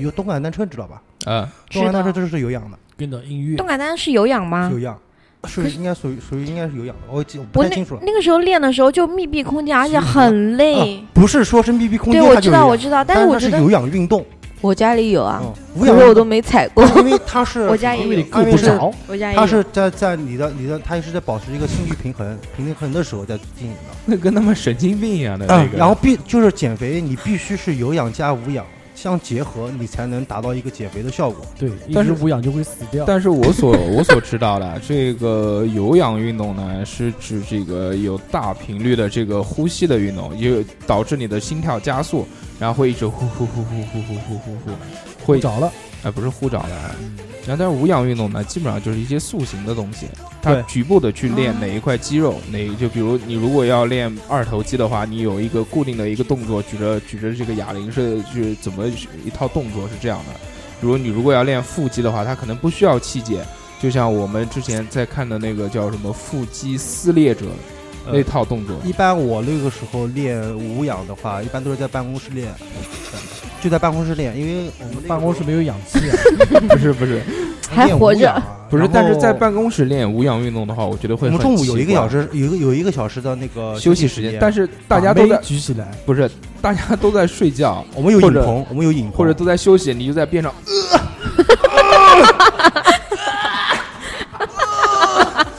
有动感单车知道吧？啊，动感单车知啊这就是有氧的，跟着音乐动感单是有氧吗是？有氧，属于应该属于属于应该是有氧的，我记我不我太那清楚了。那个时候练的时候就密闭空间，而且很累。不是说是密闭啊空间对，它我就知有道，我氧知道，但但是是我它觉是得有氧运动，我家里有啊，嗯，无可氧是我运都动，没踩过。因为它是我家也因为你有，够不着，我哎家也它有。是在在你的你的，它也是在保持一个心率平衡平衡的时候在进行的。那跟他们神经病一样的那嗯，啊个。然后必就是减肥，你必须是有氧加无氧相结合，你才能达到一个减肥的效果。对，一但直是无氧就会死掉。但是我所我所知道的这个有氧运动呢，是指这个有大频率的这个呼吸的运动，也有导致你的心跳加速，然后会一直呼呼呼呼呼呼呼呼呼，不会着了，啊不是呼着的。然后但是无氧运动呢，基本上就是一些塑形的东西，它对局部的去练哪一块肌肉，哪就比如你如果要练二头肌的话，你有一个固定的一个动作，举着举着这个哑铃是是怎么一套动作是这样的。比如你如果要练腹肌的话，它可能不需要器械，就像我们之前在看的那个叫什么腹肌撕裂者呃那套动作，一般我那个时候练无氧的话，一般都是在办公室练，就在办公室练，因为我们那个办公室没有氧气啊，不是不是练还活着无氧啊 不是，然后但是在办公室练无氧运动的话，我觉得会我们很中午有奇一个怪小时，有一个有一个小时的那个休息时时间，但是大家把都杯在举起来，不是大家都在睡觉。我们有或影者棚，我们有影棚，或者都在休息，你就在边上，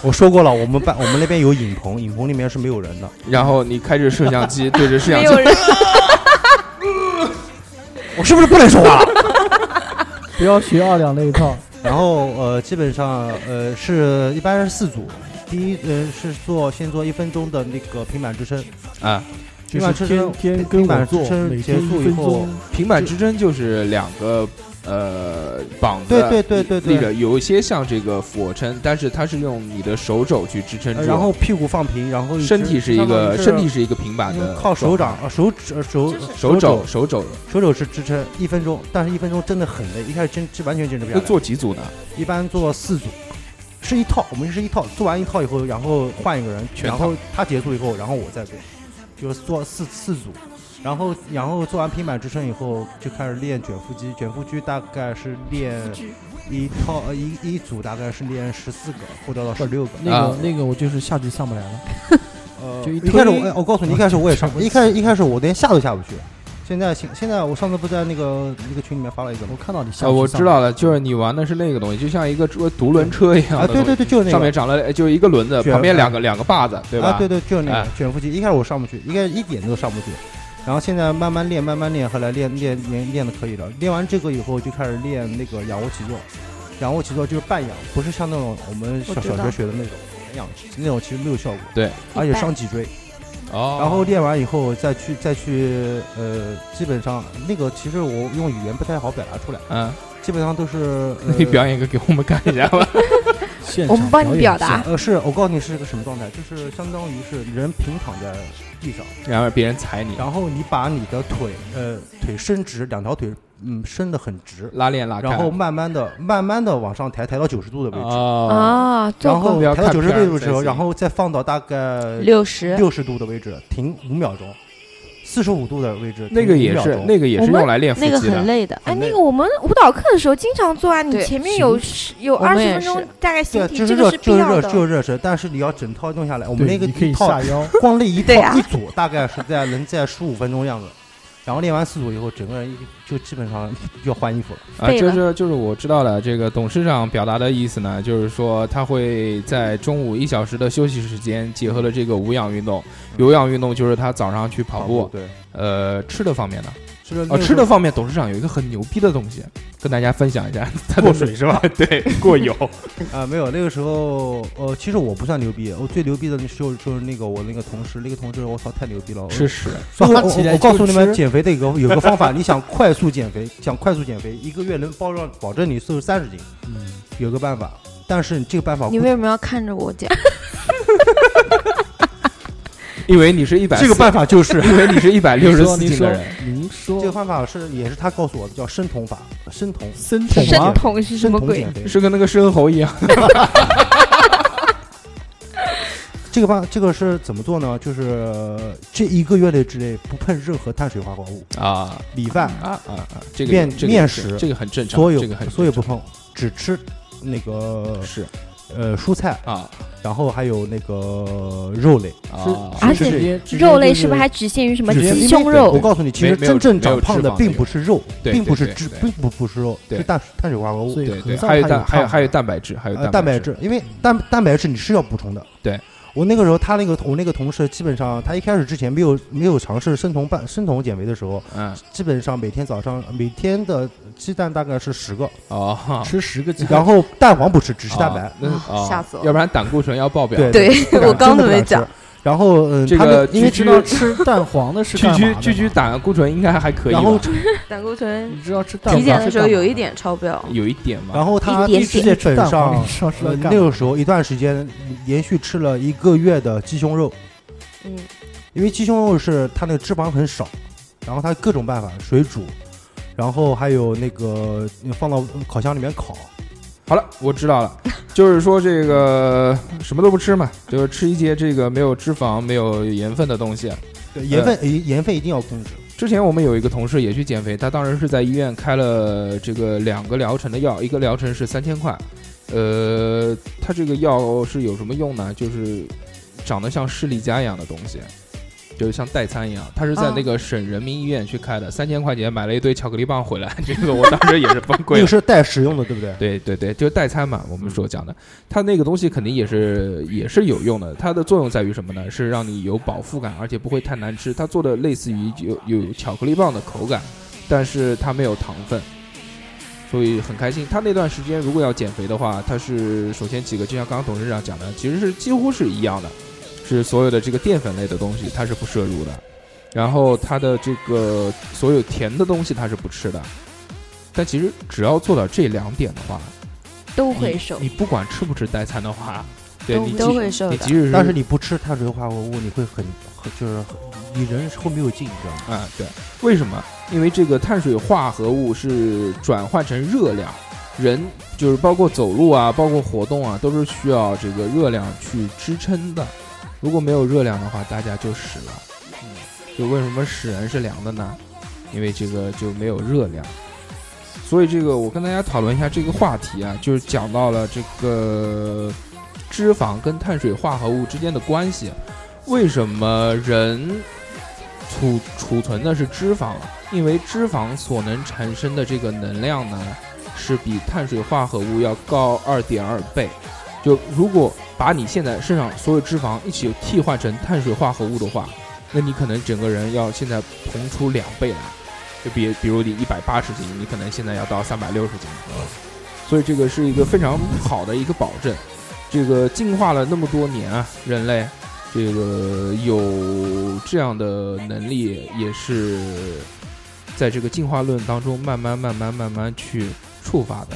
我说过了，我们办我们那边有影棚，影棚里面是没有人的。然后你开着摄像 机对着摄像没机有，人，我是不是不能说 话？不要学二两那一套。 然后呃，基本上呃是一般是四组，第一呃是做先做一分钟的那个平板支撑，啊，平就板是支天撑天跟平板我支做，撑每结天束一以分后钟，，平板支撑就是两个呃膀子对对对对对立着，有一些像这个俯卧撑，但是它是用你的手肘去支撑呃住，然后屁股放平，然后一直身体是一个相身当体于是是一个平板的，靠手掌啊手指呃手手肘肘手肘，手肘是支撑一分钟，但是一分钟真的很累，一开始真是完全坚持不下那来。做几组呢？一般做四组，是一套，我们是一套，做完一套以后，然后换一个人，全然套后他结束以后，然后我再做，就是做四四组，然后然后做完平板支撑以后，就开始练卷腹肌，卷腹肌大概是练一套呃一一组大概是练十四个或者到十六个，那啊个那个我就是下去上不来了，呃就一一开始推我哎我告诉你，一开始我也上，一开始一开始我连下都下不去，现在现现在我上次不在那个那个群里面发了一个吗我？看到你下啊，去我上知不来道了，就是你玩的是那个东西，就像一个车独轮车一样啊，的对东西对对，就是那个上面长了哎就是一个轮子，卷旁边两个两个把子，对吧？啊，对对，就是那个哎卷腹肌。一开始我上不去，一开始一点都上不去，然后现在慢慢练，慢慢练，后来练练练练的可以了。练完这个以后，就开始练那个仰卧起坐。仰卧起坐就是半仰，不是像那种我们小我知小道学学的那种仰，那种其实没有效果。对，而且伤脊椎。哦，然后练完以后再去再去呃，基本上那个其实我用语言不太好表达出来，嗯，基本上都是、那呃、你表演一个给我们看一下吧。现我场们帮你演表达，呃是我告诉你是个什么状态，就是相当于是人平躺在地上。 然后别人踩你，然后你把你的腿，呃，腿伸直，两条腿，嗯，伸得很直，拉链拉开，然后慢慢的、慢慢的往上抬，抬到九十度的位置，哦，啊，做然过后不要抬到看九十片儿度的位置再以后，行然后再放到大概六十，六十度的位置，停五秒钟，四十五度的位置，那个停5也秒是钟那个也是我们用来练腹那个肌的很。累的。哎，很累那个我们舞蹈课的时候经常做啊，你对前面有十有我二们十也分钟是大概形对，体，就是这热个是，必就是要热，就的。是热身，但是你要整套弄下来，我们对那个你可以一套下腰，光那一对套啊一组，大概是在能在十五分钟样子，然后练完四组以后，整个人一就基本上要换衣服了。啊，废就了是就是我知道了，这个董事长表达的意思呢，就是说他会在中午一小时的休息时间，结合了嗯这个无氧运动。有氧运动就是他早上去跑步，对。呃，吃的方面呢，吃了那哦，个吃的时候方面，董事长有一个很牛逼的东西，跟大家分享一下。他过水是吧？对，过油。啊、没有，那个时候呃，其实我不算牛逼，我最牛逼的就是就是那个我那个同事，那个同事我操太牛逼了，我吃屎，所以我抓起我来我告诉你们就吃减肥的一个有个方法，你想快速减肥，想快速减肥，一个月能保让保证你瘦三十斤，嗯，有个办法，但是你这个办法你为什么要看着 我讲？因为你是一百，这个办法就是因为你是一百 六您十嗯说四您斤说的人，您这个说方法是也是他告诉我的，叫生酮法，生酮生酮生酮啊，桶是什生么酮鬼？减肥。是跟那个生猴一样。这个办这个是怎么做呢？就是呃这一个月内之内不碰任何碳水化合物，啊米饭啊啊啊！这个面这个面是食这个很正常，所有这个很所有正不碰，只吃那个常是呃蔬菜，啊然后还有那个肉类。啊！而且肉类是不是还只限于什么直接鸡因胸为肉我？告诉你，其没实没有真正没有长脂胖的肪的并不是肉，对并不是对脂，对并不不是肉，对是碳碳水化合物所。以对和对，尚还有他蛋，还有胖还有蛋白质，还有呃，蛋蛋白质质，因为蛋蛋白质你是要补充的。对，我那个时候，他那个我那个同事，基本上他一开始之前没有没有尝试生酮半生酮减肥的时候，嗯基本上每天早上每天的鸡蛋大概是十 个， 哦，吃十个鸡蛋然后蛋黄不吃，只吃蛋白啊。，那啊哦吓死我要不然胆固醇要爆表。对对不敢我刚真的准不备敢吃讲，然后嗯，这他个们因为居知居道吃蛋黄的是聚干嘛居的嘛聚居胆固醇应该还可以吧，然后胆固醇你知道吃蛋体黄检的是时候干嘛有一点超标，有一点嘛。然后他一点基点本蛋黄上你知道是呃在干那嘛个时候一段时间连续吃了一个月的鸡胸肉，嗯，因为鸡胸肉是它那个脂肪很少，然后它各种办法水煮，然后还有那个嗯放到烤箱里面烤，好了，我知道了，就是说这个什么都不吃嘛，就是吃一些这个没有脂肪、没有盐分的东西。啊对呃盐分、盐盐分一定要控制。之前我们有一个同事也去减肥，他当时是在医院开了这个两个疗程的药，一个疗程是三千块，呃，他这个药是有什么用呢？就是长得像士力架一样的东西，就是像代餐一样。他是在那个省人民医院去开的，三千块钱买了一堆巧克力棒回来，这个我当时也是崩溃那了个。是带食用的，对不对？对对对，就是代餐嘛，我们所讲的，它那个东西肯定也是也是有用的。它的作用在于什么呢？是让你有饱腹感，而且不会太难吃。它做的类似于有有巧克力棒的口感，但是它没有糖分，所以很开心。他那段时间如果要减肥的话，它是首先几个，就像刚刚董事长讲的，其实是几乎是一样的，是所有的这个淀粉类的东西它是不摄入的，然后它的这个所有甜的东西它是不吃的。但其实只要做到这两点的话，都你会瘦你，不管吃不吃代餐的话，对都你都即会瘦你的即使但是你不吃碳水化合物，你会很很就是很你人后没有劲，你知道吗？啊、对，为什么？因为这个碳水化合物是转换成热量，人就是包括走路啊，包括活动啊，都是需要这个热量去支撑的。如果没有热量的话，大家就死了。就为什么死人是凉的呢？因为这个就没有热量。所以这个我跟大家讨论一下这个话题啊，就是讲到了这个脂肪跟碳水化合物之间的关系。为什么人储储存的是脂肪，因为脂肪所能产生的这个能量呢，是比碳水化合物要高二点二倍。就如果把你现在身上所有脂肪一起替换成碳水化合物的话，那你可能整个人要现在膨出两倍来。就比比如你一百八十斤，你可能现在要到三百六十斤，所以这个是一个非常好的一个保证。这个进化了那么多年啊，人类这个有这样的能力，也是在这个进化论当中慢慢、慢慢、慢慢去触发的。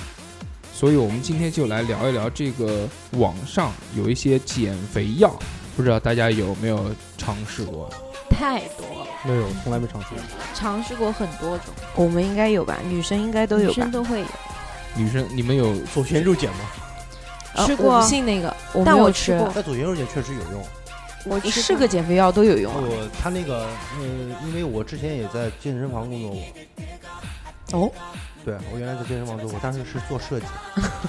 所以，我们今天就来聊一聊这个网上有一些减肥药，不知道大家有没有尝试过？太多了，没有，从来没尝试过。尝试过很多种，我们应该有吧，女生应该都女有吧生。都会有。女生，你们有左旋肉碱嘛，呃吃我过不信那个，我但没有我吃吃过但左旋肉碱确实有用。我你吃是过个减肥药都有用啊。我他那个，嗯，因为我之前也在健身房工作过。哦，对，我原来在健身房做过，但是是做设计，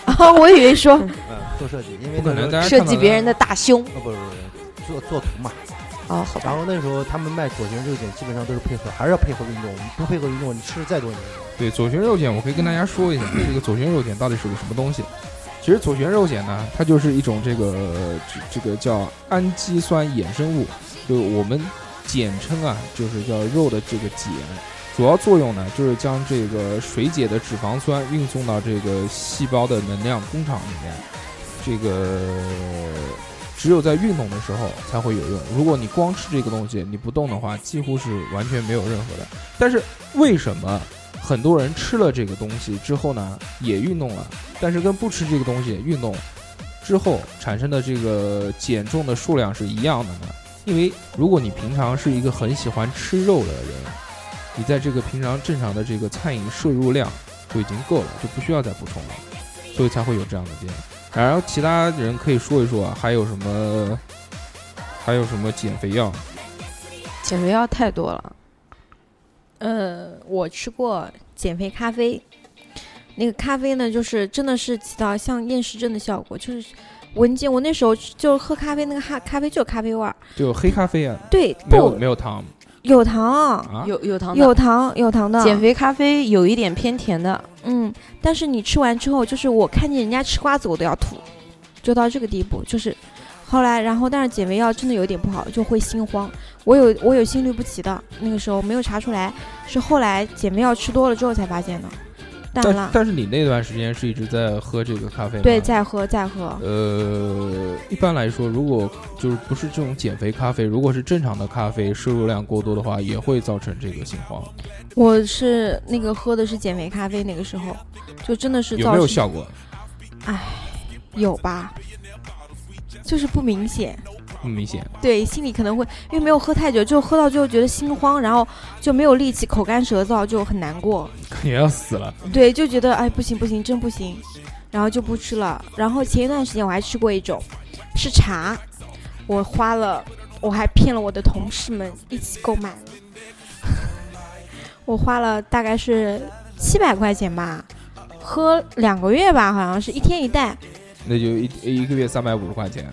啊， 我以为说嗯，做设计，因为不可那能，个大家设看到计别人的大胸呃，不是不是，做做图嘛。哦，好然吧，后那时候他们卖左旋肉碱，基本上都是配合，还是要配合运动。你不配合运动，你吃的再多，你对左旋肉碱，我可以跟大家说一下，这个左旋肉碱到底是个什么东西。其实左旋肉碱呢，它就是一种这个这这个叫氨基酸衍生物，就我们简称啊，就是叫肉的这个碱，主要作用呢就是将这个水解的脂肪酸运送到这个细胞的能量工厂里面。这个只有在运动的时候才会有用。如果你光吃这个东西，你不动的话，几乎是完全没有任何的。但是为什么很多人吃了这个东西之后呢，也运动了，但是跟不吃这个东西运动之后产生的这个减重的数量是一样的呢？因为如果你平常是一个很喜欢吃肉的人，你在这个平常正常的这个餐饮摄入量就已经够了，就不需要再补充了，所以才会有这样的变化。然后其他人可以说一说啊，还有什么，还有什么减肥药？减肥药太多了，呃，我吃过减肥咖啡，那个咖啡呢，就是真的是起到像厌食症的效果，就是闻见我那时候就喝咖啡，那个咖咖啡就有咖啡味儿，就黑咖啡啊，对，没有不没有糖有糖，啊，有有糖的有糖有糖的减，肥咖啡有一点偏甜的，嗯，但是你吃完之后，就是我看见人家吃瓜子我都要吐，就到这个地步，就是。后来，然后但是减肥药真的有点不好，就会心慌。我有我有心律不齐的，那个时候没有查出来，是后来减肥药吃多了之后才发现的。当但然了，但是你那段时间是一直在喝这个咖啡吗？对，再喝再喝，呃，一般来说，如果就是不是这种减肥咖啡，如果是正常的咖啡摄入量过多的话，也会造成这个心慌。我是那个喝的是减肥咖啡，那个时候就真的是有造没有成效果？有吧，就是不明显。不明 显。对，心里可能会因为没有喝太久，就喝到最后觉得心慌，然后就没有力气，口干舌燥，就很难过。感觉要死了。对，就觉得哎不行不行，真不行，然后就不吃了。然后前一段时间我还吃过一种，是茶，我花了，我还骗了我的同事们一起购买了， 我花了大概是七百块钱吧，喝两个月吧，好像是一天一袋。那就一一个月三百五十块钱，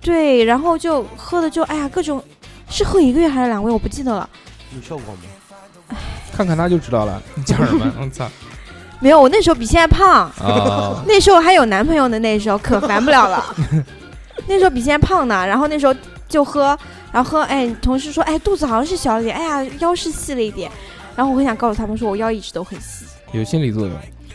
对，然后就喝的就哎呀各种，是喝一个月还是两个月我不记得了。有效果吗？看看他就知道了。你讲什么？ 我操没有，我那时候比现在胖，啊！那时候还有男朋友呢，那时候可烦不了了。那时候比现在胖呢，然后那时候就喝，然后喝，哎，同事说，哎，肚子好像是小了点，哎呀，腰是细了一点。然后我很想告诉他们说，我腰一直都很细。有心理作用。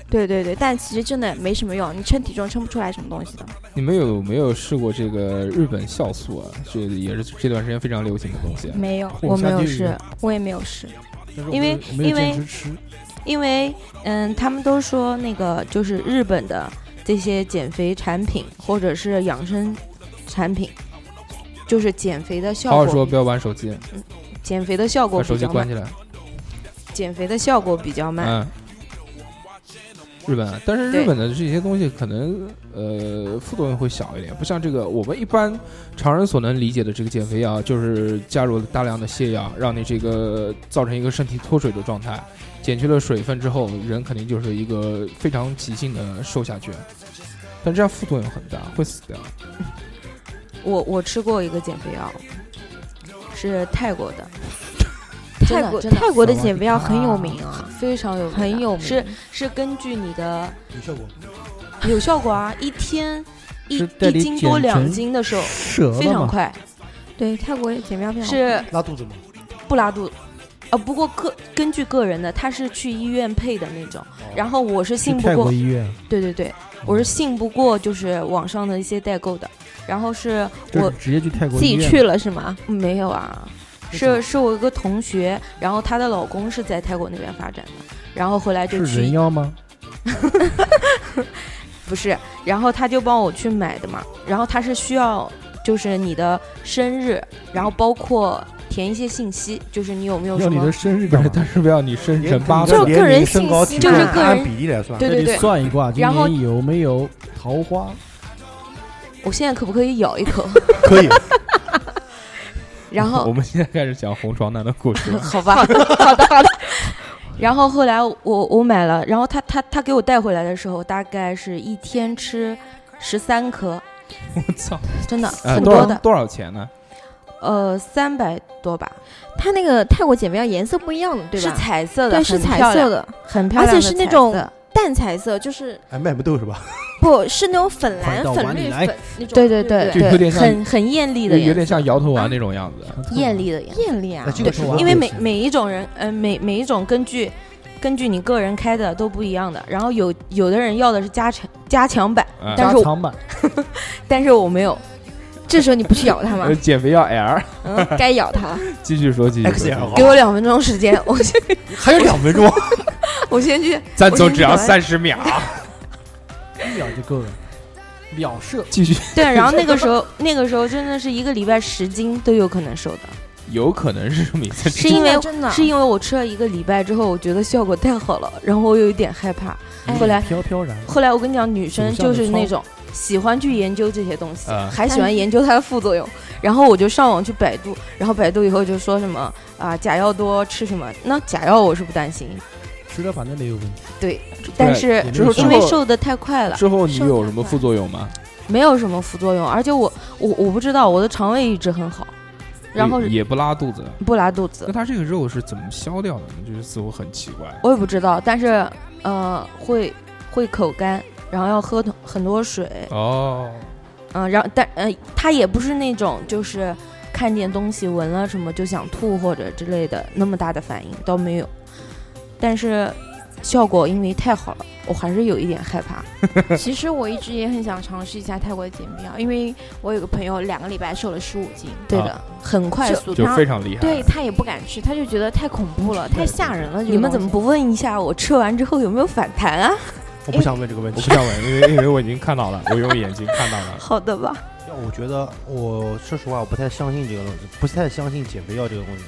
对对对，但其实真的没什么用，你称体重称不出来什么东西的。你们有没有试过这个日本酵素啊？这也是这段时间非常流行的东西啊。没有，我没有下地狱试，我也没有试。但是我因为没因有我没有为坚持吃，因为嗯，他们都说那个就是日本的这些减肥产品或者是养生产品，就是减肥的效好好果，说，不要玩手机，减肥的效把果手比机较关慢，起来。减肥的效果比较慢。嗯，日本，啊，但是日对本的这些东西可能呃副作用会小一点，不像这个我们一般常人所能理解的这个减肥药，就是加入了大量的泻药，让你这个造成一个身体脱水的状态，减去了水分之后，人肯定就是一个非常急性的瘦下去。但这样副作用很大，会死掉。我我吃过一个减肥药，是泰国的，真泰的国真的泰国的减肥药很有名啊，非常有名的很有名。是是根据你的有效果吗？有效果啊，一天一是带一你斤减多两成斤的时候蛇非了常嘛，快，对，泰国减肥药非常是拉肚子吗？不拉肚。呃，不过个根据个人的，他是去医院配的那种。哦然后我是信去不泰过国，医院，对对对，我是信不过就是网上的一些代购的。然后是就是我直接去泰国自己医院去了是吗？没有啊，是是是我一个同学，然后她的老公是在泰国那边发展的，然后后来就是去人妖吗？不是，然后他就帮我去买的嘛。然后他是需要就是你的生日，然后包括填一些信息，就是你有没有要什你么的生日不干是嘛？，但是不要你生辰八字就个人身信高息体就重是个按人比例来算，对那对你对，算一卦，今然后年有没有桃花？我现在可不可以咬一口？可以。然 我后们现在开始讲红床男的故事了。好吧， 好的好的好的。然后后来我我买了，然后他他他给我带回来的时候，大概是一天吃十三颗，我操，真的呃很多多少的，多少钱呢？呃，三百多吧，它那个泰国减肥药颜色不一样的，对是吧？彩色的，对，是很彩漂色亮，的，很漂亮的而彩色，且是那种淡彩色，就是哎，卖不动是吧？不是那种粉快蓝、到碗粉里绿来粉那种，对对对对就有点像很很艳丽有的颜色，有点像摇头丸那种样子。啊艳丽的颜色。艳丽啊那这个是我因为每每一种人，呃，每每一种根据根据你个人开的都不一样的。然后有有的人要的是加强加强版，嗯但加是我长版，但是我没有。这时候你不去咬它吗 呃？减肥要 L，该咬它了。继续说，继续说 XL 给我两分钟时间，我先还有两分 钟，我先去。咱我走先只要搞完三十秒， 一秒哎就够了，秒射。继续。 对，然后那个时候，那个时候真的是一个礼拜十斤都有可能瘦的，有可能是这么一次，是因为真的是因为我吃了一个礼拜之后，我觉得效果太好了，然后我有一点害怕。后哎来飘飘然，后来我跟你讲，女生走向就是了那窗种喜欢去研究这些东西，嗯还喜欢研究它的副作用。然后我就上网去百度，然后百度以后就说什么啊、假药多吃什么？那假药我是不担心，吃了反正没有问题。但哎是也没有之因后为瘦的太快了，之后你有什么副作用吗？没有什么副作用，而且我我我不知道我的肠胃一直很好，然后也也不拉肚子。不拉肚子那，它这个肉是怎么消掉的呢？就是似乎很奇怪。我也不知道，但是呃会会口干，然后要喝很多水，哦，嗯，然后但呃，他也不是那种就是看见东西闻了什么就想吐或者之类的那么大的反应倒没有，但是效果因为太好了，我还是有一点害怕。其实我一直也很想尝试一下泰国的减肥药，因为我有个朋友两个礼拜瘦了十五斤，对的，啊很快速。就然后非常厉害。对他也不敢吃，他就觉得太恐怖了，太吓人了。这个你们怎么东不问一下我吃完之后有没有反弹啊？ 我不想问这个问我不题。想闻，因为因为我已经看到了，我用眼睛看到了。好的吧，我觉得我说实话，我不太相信这个东西，不太相信减肥药这个东西，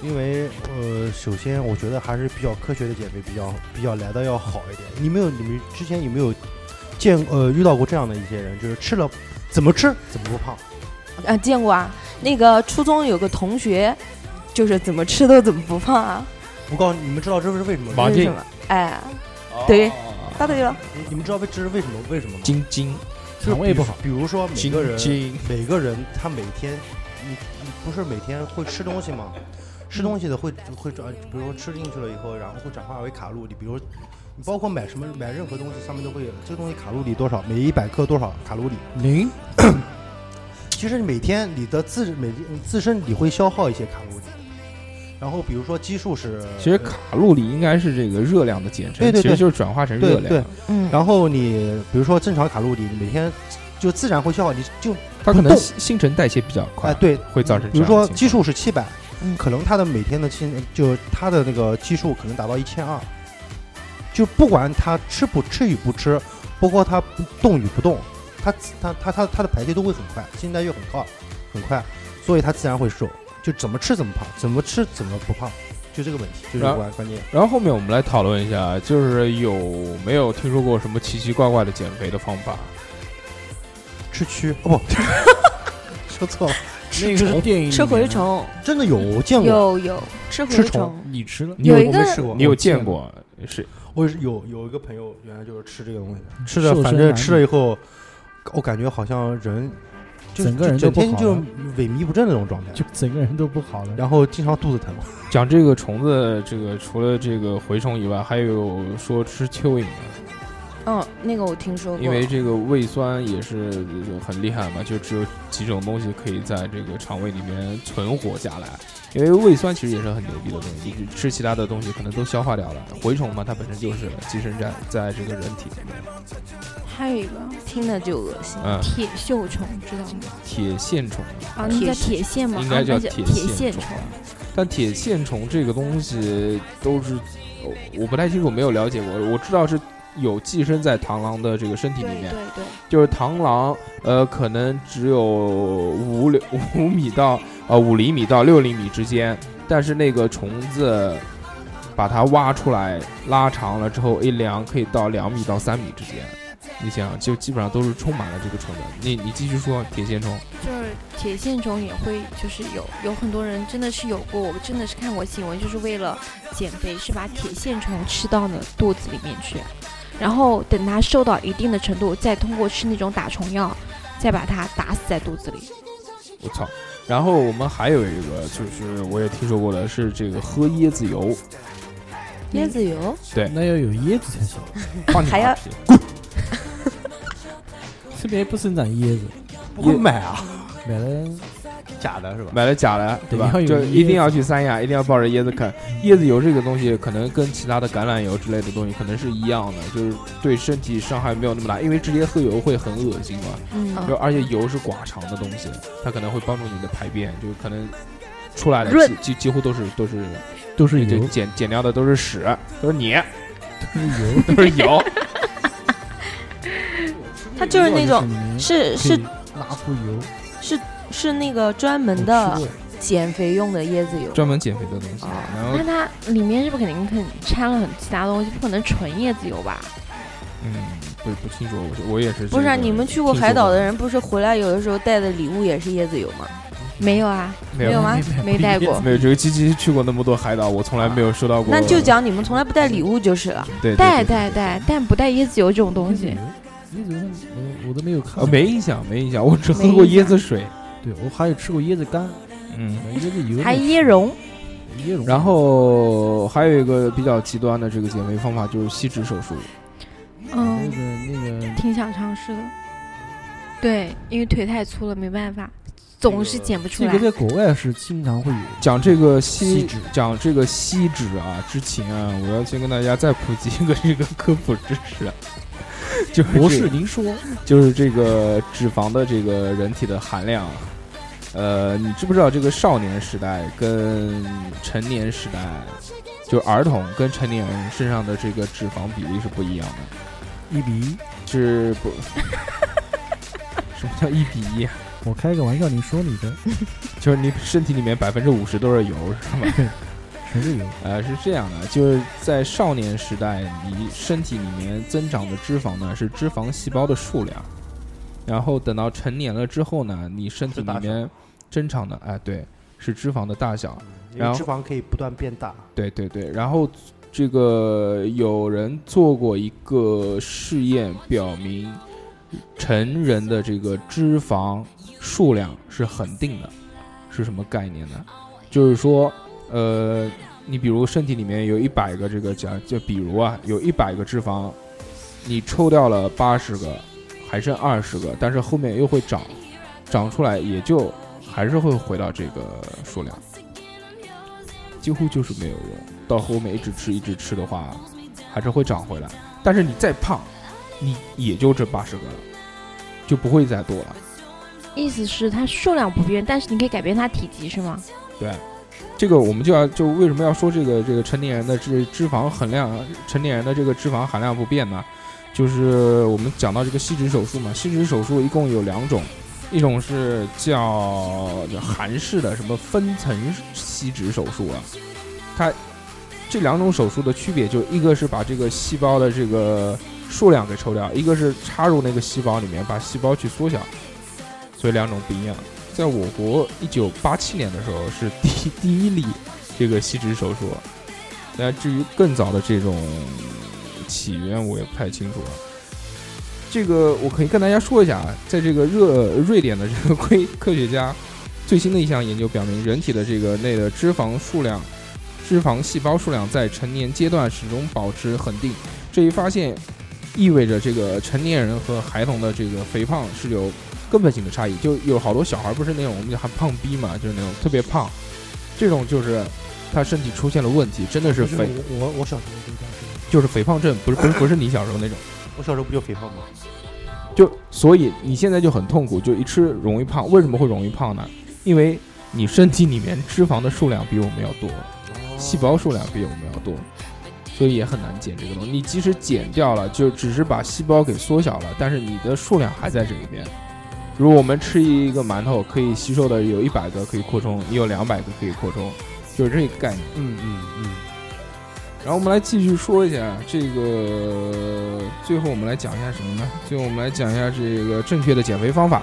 因为呃，首先我觉得还是比较科学的减肥比较比较来的要好一点。你没有，你们之前有没有见呃遇到过这样的一些人，就是吃了怎么吃怎么不胖？啊，见过啊。那个初中有个同学，就是怎么吃都怎么不胖啊？我告诉你，你们知道这是为什么吗？王为静哦什么？哎，对，答对了。你你们知道为这是为什么为什么吗？晶晶就是肠胃不好比如比如说每个晶人晶，每个人他每天，你你不是每天会吃东西吗？吃东西的会会转，比如说吃进去了以后，然后会转化为卡路里。比如你包括买什么买任何东西，上面都会有这个东西卡路里多少，每一百克多少卡路里。零其实每天你的自每自身你会消耗一些卡路里。然后比如说基数是，其实卡路里应该是这个热量的简称，对对其对实就是转化成对热量对。嗯，然后你比如说正常卡路里，你每天就自然会消耗，你就它可不能动新新陈代谢比较哎、快，对，会造成比这如样的情说况基数是七百、嗯可能他的每天的基就他的那个基数可能达到一千二，就不管他吃不吃与不吃，包括他动与不动，他他他他他的排泄都会很快，新陈代谢很快很快，所以他自然会瘦，就怎么吃怎么胖，怎么吃怎么不胖，就这个问题，就是然后关关键。然后后面我们来讨论一下，就是有没有听说过什么奇奇怪怪的减肥的方法？吃蛆哦不， 说错了，那个是电影吃蛔回程，虫真的有见过，有有嗯吃嗯吃蛔虫虫。你嗯吃了你有有一我个没试过，你有哦见过是我是有有一个朋友，原来就是吃这个东西，的，吃瘦的身啊反正男吃了以后，我感觉好像人就整个人就都整不天好就了萎靡不振那种状态，就整个人都不好了。然后经常肚子疼。讲这个虫子，这个除了这个蛔虫以外，还有说吃蚯蚓的，嗯，那个我听说过。因为这个胃酸也是就很厉害嘛，就只有几种东西可以在这个肠胃里面存活下来。因为胃酸其实也是很牛逼的东西，就吃其他的东西可能都消化掉了。蛔虫嘛，它本身就是寄生在在这个人体里面。西还有一个听了就恶心。嗯，铁锈虫，知道吗？铁线虫啊，那叫铁线吗？应该叫啊那嗯铁线线虫。但铁线虫这个东西都是，我我不太清楚，没有了解过。我知道是有寄生在螳螂的这个身体对里面对，对，就是螳螂，呃，可能只有五厘五米到呃五厘米到六厘米之间，但是那个虫子把它挖出来拉长了之后，一量可以到两米到三米之间。你想想，就基本上都是充满了这个虫子。你你继续说铁线虫，就是铁线虫也会，就是有有很多人真的是有过，我真的是看过新闻，就是为了减肥，是把铁线虫吃到你的肚子里面去，然后等它瘦到一定的程度，再通过吃那种打虫药，再把它打死在肚子里。我操！然后我们还有一个就是我也听说过的是这个喝椰子油，椰子油，对，那要有椰子才行。放你还妈要屁！这边不生长椰子，不会买啊？买了假的是吧？买了假的，对吧对？要就有一定椰要子去三亚，一定要抱着椰子啃。椰子油这个东西，可能跟其他的橄榄油之类的东西可能是一样的，就是对身体伤害没有那么大，因为直接喝油会很恶心嘛。嗯就而且油是寡长的东西，它可能会帮助你的排便，就可能出来的润几几几乎都是都是都是就油，减减掉的都是屎，都是你，都都是油。是油。它就是那种是是拉出油，嗯是那个专门的减肥用的椰子油，专门减肥的东西。啊然后啊那它里面是不是肯定肯掺了很其他东西？不可能纯椰子油吧？嗯，不不清楚，我我也是这个听说过。不是、啊、你们去过海岛的人，不是回来有的时候带的礼物也是椰子油吗？没有啊，没没有有吗？没带过，没有，只有七七去过那么多海岛，我从来没有收到过。那就讲你们从来不带礼物就是了。对对带对对带带，但不带椰子油这种东西。椰子油我我都哦没有看呃，，没印象，没印象，我只喝过椰子水。对我还有吃过椰子干，嗯，椰子油还椰蓉，椰蓉，然后还有一个比较极端的这个减肥方法就是吸脂手术，那嗯个，那个挺想尝试的。对，因为腿太粗了，没办法，总是减不出这来个。在国外是经常会有讲这个吸吸脂讲这个吸脂啊，之前啊，我要先跟大家再普及一个这个科普知识啊，就是博这士，您说就是这个脂肪的这个人体的含量啊，呃，你知不知道这个少年时代跟成年时代，就儿童跟成年人身上的这个脂肪比例是不一样的，一比一？是不？什么叫一比一啊？我开个玩笑，你说你的就是你身体里面百分之五十都是油，是吗？全是油，呃，是这样的，就是在少年时代，你身体里面增长的脂肪呢是脂肪细胞的数量，然后等到成年了之后呢，你身体是大里小面增长的，哎、对，是脂肪的大小，因然为后脂肪可以不断变大。对对对。然后这个有人做过一个试验，表明成人的这个脂肪数量是恒定的，是什么概念呢？就是说，呃，你比如身体里面有一百个这个假，就比如啊，有一百个脂肪，你抽掉了八十个，还剩二十个，但是后面又会长，长出来也就还是会回到这个数量，几乎就是没有用。到后面一直吃一直吃的话，还是会长回来。但是你再胖，你也就这八十个了，就不会再多了。意思是它数量不变，但是你可以改变它体积是吗？这个我们就要就为什么要说这个这个成年人的脂脂肪含量，成年人的这个脂肪含量不变呢？就是我们讲到这个吸脂手术嘛，吸脂手术一共有两种，一种是叫叫韩式的什么分层吸脂手术啊，它这两种手术的区别就一个是把这个细胞的这个数量给抽掉，一个是插入那个细胞里面把细胞去缩小，所以两种不一样。在我国一九八七年的时候是第 第一例这个吸脂手术。那至于更早的这种起源，我也不太清楚啊了。这个我可以跟大家说一下，啊，在这个热瑞典的这个科科学家最新的一项研究表明，人体的这个内的脂肪数量、脂肪细胞数量在成年阶段始终保持恒定。这一发现意味着这个成年人和孩童的这个肥胖是有根本性的差异。就有好多小孩不是那种我们喊胖逼嘛，就是那种特别胖，这种就是他身体出现了问题，真的是就是肥，我我我小时候就这样子，就是肥胖症，不是不是不是你小时候那种。我小时候不就肥胖吗？就所以你现在就很痛苦，就一吃容易胖。为什么会容易胖呢？因为你身体里面脂肪的数量比我们要多，细胞数量比我们要多，所以也很难减这个东西。你即使减掉了，就只是把细胞给缩小了，但是你的数量还在这里边。比如我们吃一个馒头，可以吸收的有一百个可以扩充，你有两百个可以扩充，就是这个概念。嗯嗯嗯，然后我们来继续说一下这个，最后我们来讲一下什么呢？最后我们来讲一下这个正确的减肥方法。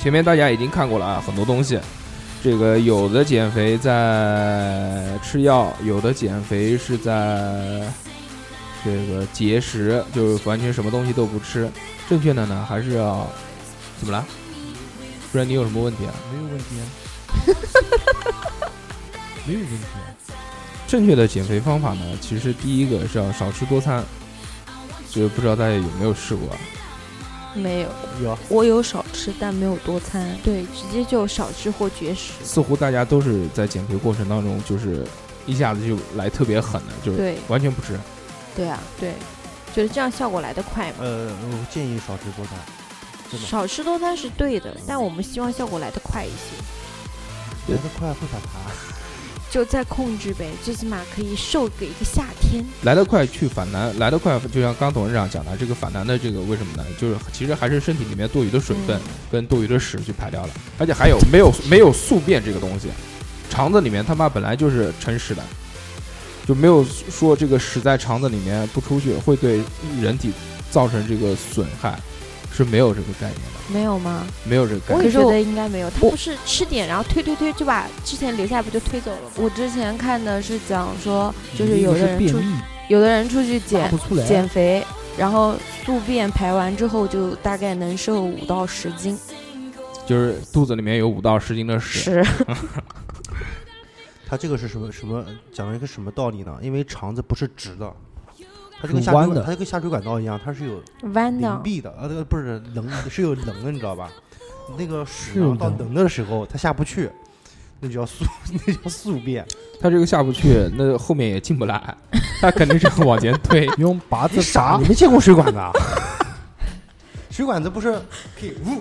前面大家已经看过了啊，很多东西。这个有的减肥在吃药，有的减肥是在这个节食，就是完全什么东西都不吃。正确的呢，还是要怎么了？不然你有什么问题啊？哦没有问题啊，没有问题啊，正确的减肥方法呢，其实第一个是要少吃多餐，就是不知道大家有没有试过啊？没有，有我有少吃，但没有多餐。对，直接就少吃或绝食。似乎大家都是在减肥过程当中，就是一下子就来特别狠的，就是对完全不吃。对啊，对，觉得这样效果来得快嘛。呃，我建议少吃多餐，真的少吃多餐是对的，但我们希望效果来得快一些，来得快会反弹。就再控制呗，最起码可以瘦个一个夏天。来得快去反弹，来得快，就像刚董事长讲的，这个反弹的这个为什么呢？就是其实还是身体里面多余的水分嗯跟多余的屎去排掉了，而且还有没有没有宿便这个东西，肠子里面他妈本来就是盛屎的，就没有说这个屎在肠子里面不出去会对人体造成这个损害，是没有这个概念的，没有吗？没有这个概我念也。觉得应该没有，他不是吃点然后推推推就把之前留下不就推走了吗？我之前看的是讲说，就一是个有的是人便出，秘，有的人出去拉减不出来，减肥，然后宿便排完之后就大概能瘦五到十斤。就是肚子里面有五到十斤的屎，是，它这个是什么什么讲了一个什么道理呢？因为肠子不是直的，它就是跟下水弯管的它就跟下水管道一样，它是有弯的棱，壁的，呃，这个不是棱，是有棱的，你知道吧？那个屎是有呢到棱棱的时候它下不去，那叫宿，那叫宿便。它这个下不去，那后面也进不来， 它肯定是要往前推。用拔你子傻？拔你没见过水管子啊？水管子不是可以呜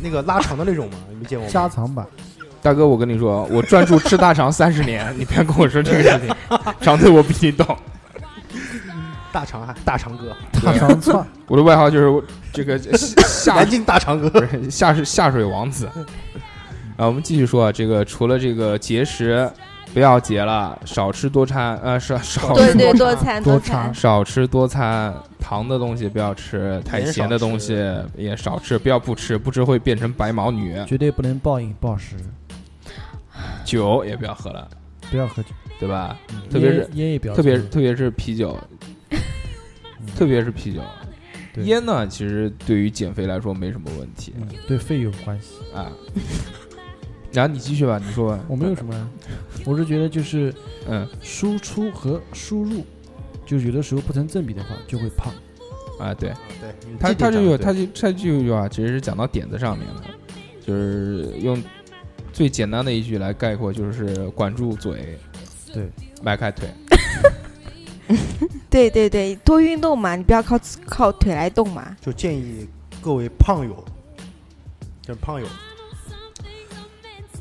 那个拉长的那种吗？你没见过 吗？加长版，大哥，我跟你 说，我专注吃大肠三十年，你别跟我说这个事情，肠子我比你懂。大肠还大肠哥，大肠串，我的外号就是这个 下南京大肠哥。不是下水下水王子。啊，我们继续说啊，这个除了这个节食，不要节了，少吃多餐，呃，少少对对，多多餐餐多餐餐。少吃多餐，糖的东西不要吃，太咸的东西也少吃，不要不吃，不吃会变成白毛女。绝对不能暴饮暴食，酒也不要喝了，不要喝酒，对吧？嗯特别是烟烟也不要特抽，别特别是啤酒，嗯特别是啤酒。对烟呢，其实对于减肥来说没什么问题嗯对肺有关系。啊。 然后你继续吧，你说吧。我没有什么呀，我是觉得就是嗯输出和输入，就有的时候不成正比的话，就会胖。啊，对对，他他这这有句他就他这句话其实是讲到点子上面的，就是用最简单的一句来概括，就是管住嘴，对，迈开腿。对对对，多运动嘛，你不要靠靠腿来动嘛。就建议各位胖友，就是胖友，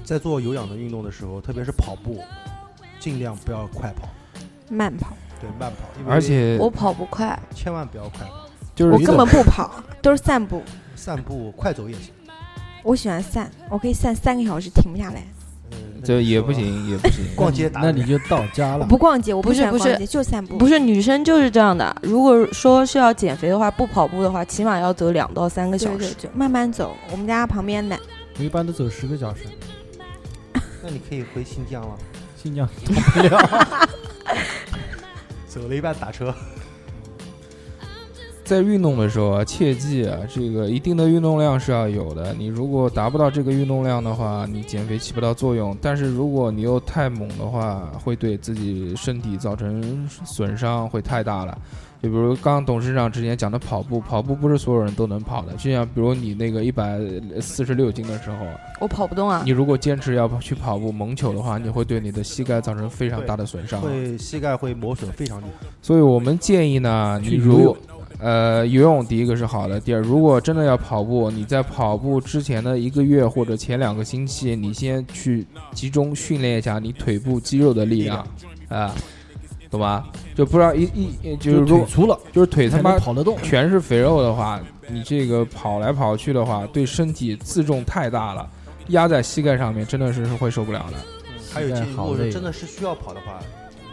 在做有氧的运动的时候，特别是跑步，尽量不要快跑，慢跑，对，慢跑，因为而且我跑不快，千万不要快跑，就是我根本不跑，都是散步。散步快走也行，我喜欢散，我可以散三个小时停不下来。呃，那这你也说不，行，也不行。逛街打那你就到家哦我了。不逛街，我不喜是欢不逛是街，就散步。不是女生就是这样的。如果说是要减肥的话，不跑步的话，起码要走两到三个对小对时。对，慢慢走。我们家旁边奶我一般都走十个小时，那你可以回新疆 了，新疆走了一半打车，在运动的时候啊，切记啊，这个一定的运动量是要有的。你如果达不到这个运动量的话，你减肥起不到作用。但是如果你又太猛的话，会对自己身体造成损伤，会太大了。就比如刚刚董事长之前讲的跑步，跑步不是所有人都能跑的。就像比如你那个一百四十六斤的时候，我跑不动啊你，如果坚持要去跑步猛求的话，你会对你的膝盖造成非常大的损伤。会膝盖会磨损非常厉害，所以我们建议呢，你去游如泳呃游泳第一个是好的，第二，如果真的要跑步，你在跑步之前的一个月或者前两个星期，你先去集中训练一下你腿部肌肉的力量啊、懂吗？就不知道一一就是就如腿果粗了就是腿他才妈能跑得动。全是肥肉的话，你这个跑来跑去的话，对身体自重太大了，压在膝盖上面真的是会受不了的。还有膝盖建议，如好果是累真的是需要跑的话，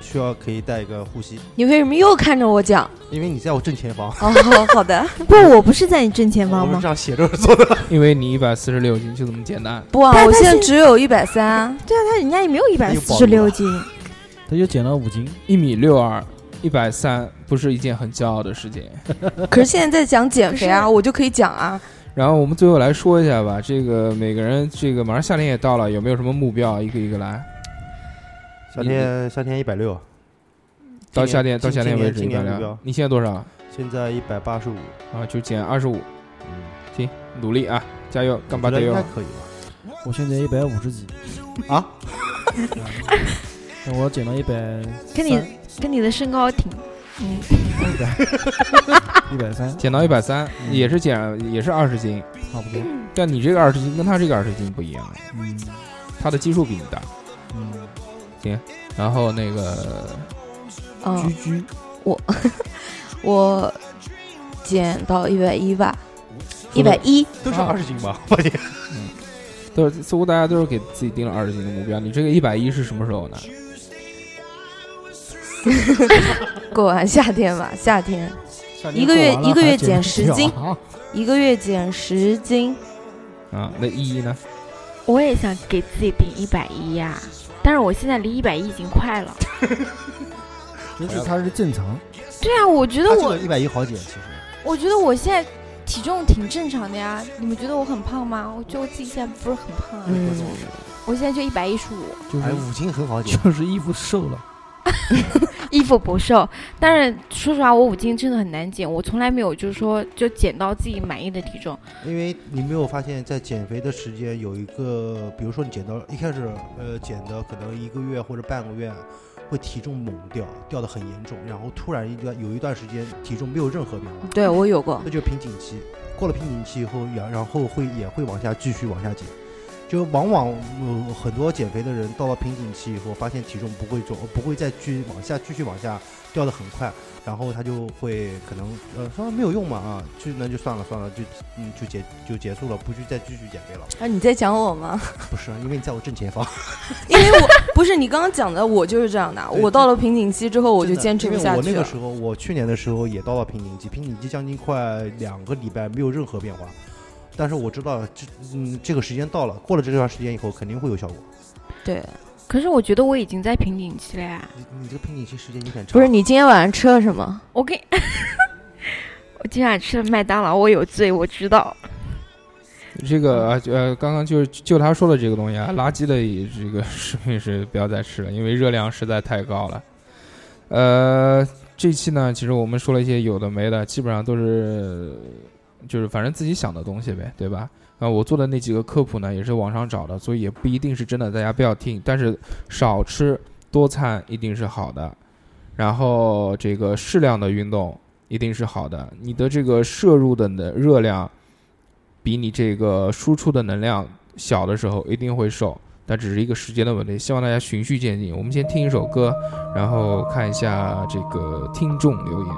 需要可以带一个护膝，你为什么又看着我讲？因为你在我正前方， 哦，好的，不，我不是在你正前我方们吗这？样斜着坐的，因为你一百四十六斤就这么简单，不啊，但我但现在是只有一百三，对啊，他人家也没有一百又四暴十露六了斤，他就减了五斤，一米六二，一百三不是一件很骄傲的事情。可是现在在讲减肥可啊，我就可以讲啊。然后我们最后来说一下吧，这个每个人这个马上夏天也到了，有没有什么目标？一个一个来。夏天夏天一百六，到今年夏天到今夏天为今止，年今年大目家标嗯你现在多少现在一百八十五，啊？就减二十五，行，努力啊，加油，干巴嗯我得觉得应哟该！可以吧？我现在一百五十几，啊， 我减到一百，跟你啊跟你的身高挺，嗯，一百三，减到一百三，嗯也是减，也是二十斤，差不多。但你这个二十斤跟他这个二十斤不一样，啊嗯他的基数比你大。嗯，然后那个嗯，居居，我减到一百一吧，一百一，都是啊二十斤 吧？我天，都是似乎大家都是给自己定了二十斤的目标，你这个一百一是什么时候呢？过完夏天吧，夏天一一个月一个月减十斤，啊一个月减十斤，啊，那一呢？我也想给自己定一百一呀，但是我现在离一百一已经快了。只是它是正常，对啊，我觉得我一百一好减，其实我觉得我现在体重挺正常的呀。你们觉得我很胖吗？我觉得我自己现在不是很胖啊，嗯，我现在就一百一十五，就哎，是五斤很好减。就是衣服瘦了，衣服不瘦。但是说实话，我五斤真的很难减，我从来没有就是说就减到自己满意的体重。因为你没有发现，在减肥的时间有一个，比如说你减到一开始，呃，减的可能一个月或者半个月，会体重猛掉，掉的很严重，然后突然一段有一段时间体重没有任何变化，对我有过那，就是瓶颈期。过了瓶颈期以后，然然后会也会往下继续往下减，就往往呃很多减肥的人到了瓶颈期以后，发现体重不会走，不会再继往下继续往下掉的很快，然后他就会可能呃说没有用嘛啊，就那就算了算了，就嗯就结就结束了，不去再继续减肥了。啊，你在讲我吗？ 不是，因为你在我正前方，因为我不是你刚刚讲的，我就是这样的。对我到了瓶颈期之后，我就真的坚持不下因为我去那个了。时候，我去年的时候也到了瓶颈期，瓶颈期将近快两个礼拜没有任何变化，但是我知道这嗯这个时间到了，过了这段时间以后肯定会有效果。对，可是我觉得我已经在瓶颈期了呀。你你这个瓶颈期时间有点长，不是你今天晚上吃了什么？我给， 我今晚吃了麦当劳，我有罪，我知道。这个啊呃，刚刚就是就他说的这个东西啊，垃圾的这个食品是不要再吃了，因为热量实在太高了。呃，这期呢，其实我们说了一些有的没的，基本上都是就是反正自己想的东西呗，对吧？啊、我做的那几个科普呢，也是网上找的，所以也不一定是真的，大家不要听。但是少吃多餐一定是好的，然后这个适量的运动一定是好的，你的这个摄入的能热量。比你这个输出的能量小的时候一定会瘦，但只是一个时间的问题。希望大家循序渐进。我们先听一首歌，然后看一下这个听众留言。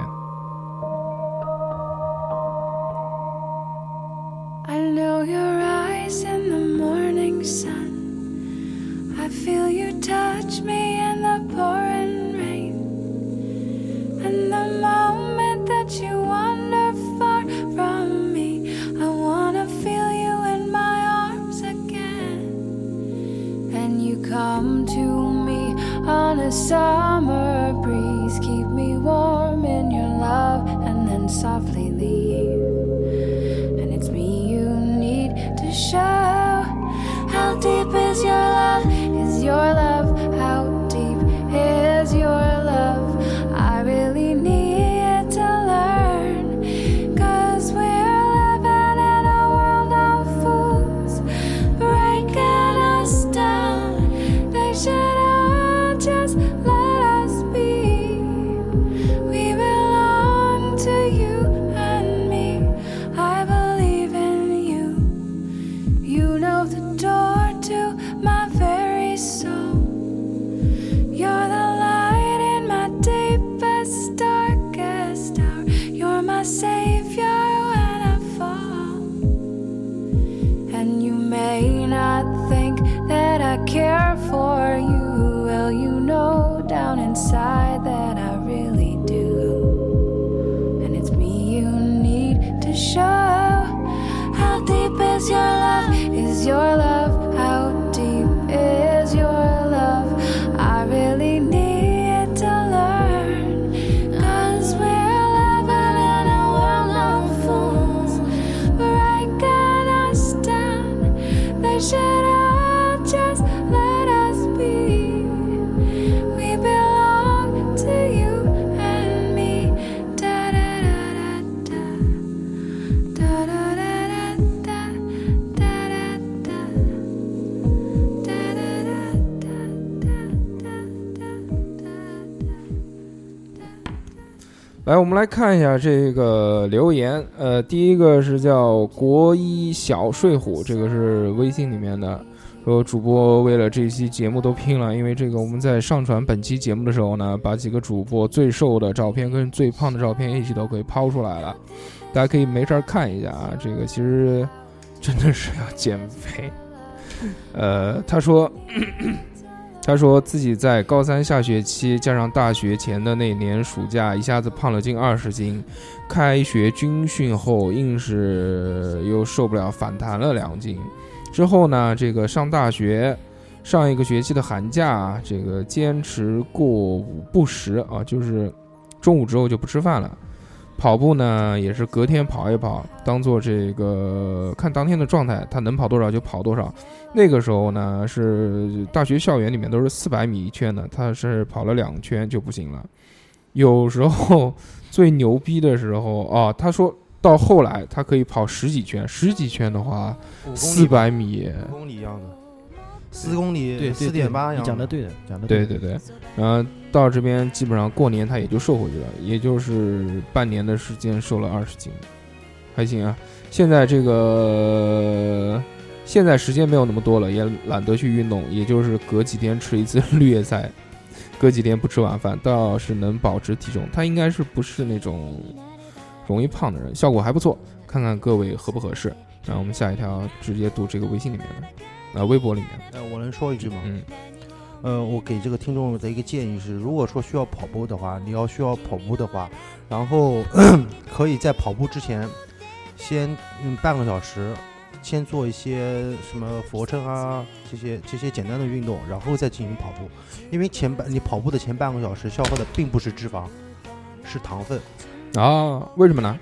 I know your eyes in the morning sun. I feel you touch me in the pouring rain. And the moment that you wander far from me, I wanna feel you in my arms again. And you come to me on a summer breeze, keep me warm in your love, and then softly leave and it's me you need to show. How deep is your love? Is your love? How deep is your love? I really need to learn. Cause we're living in a world of fools, breaking us down. They should all just let us be. We belong to you and me. I believe in you. You know the door to my very soul. You're the light in my deepest, darkest hour. You're my savior when I fall. And you may not think that I care for you. Well, you know down inside that I really do. And it's me you need to show. How deep is your love? Is your love? How deep is your love? I really need to learn. Cause we're living in a world of fools. Breaking us down. They should all just let us be. We belong to you and me. Da da da da da. Da da da 来，我们来看一下这个留言。呃，第一个是叫国一小睡虎，这个是微信里面的，说主播为了这期节目都拼了，因为这个我们在上传本期节目的时候呢，把几个主播最瘦的照片跟最胖的照片一起都给抛出来了，大家可以没事儿看一下啊。这个其实真的是要减肥。呃，他说。他说自己在高三下学期加上大学前的那年暑假，一下子胖了近二十斤。开学军训后，硬是又受不了，反弹了两斤。之后呢，这个上大学，上一个学期的寒假，这个坚持过午不食啊，就是中午之后就不吃饭了。跑步呢，也是隔天跑一跑，当做这个看当天的状态，他能跑多少就跑多少。那个时候呢，是大学校园里面都是四百米一圈的，他是跑了两圈就不行了。有时候最牛逼的时候哦，他说到后来他可以跑十几圈，十几圈的话，四百米，五公里样子，四公里对对四点八对样你子。讲的对的，讲的对的。对对。然后到这边基本上过年他也就瘦回去了，也就是半年的时间瘦了二十斤，还行啊。现在这个现在时间没有那么多了，也懒得去运动，也就是隔几天吃一次 绿叶菜，隔几天不吃晚饭，倒是能保持体重。他应该是不是那种容易胖的人，效果还不错，看看各位合不合适。然后我们下一条直接读这个微信里面的，啊，微博里面的，呃，我能说一句吗？嗯，呃，我给这个听众的一个建议是，如果说需要跑步的话，你要需要跑步的话，然后 可以在跑步之前先嗯半个小时，先做一些什么俯卧撑啊这些这些简单的运动，然后再进行跑步，因为前半你跑步的前半个小时消耗的并不是脂肪，是糖分。啊，为什么呢？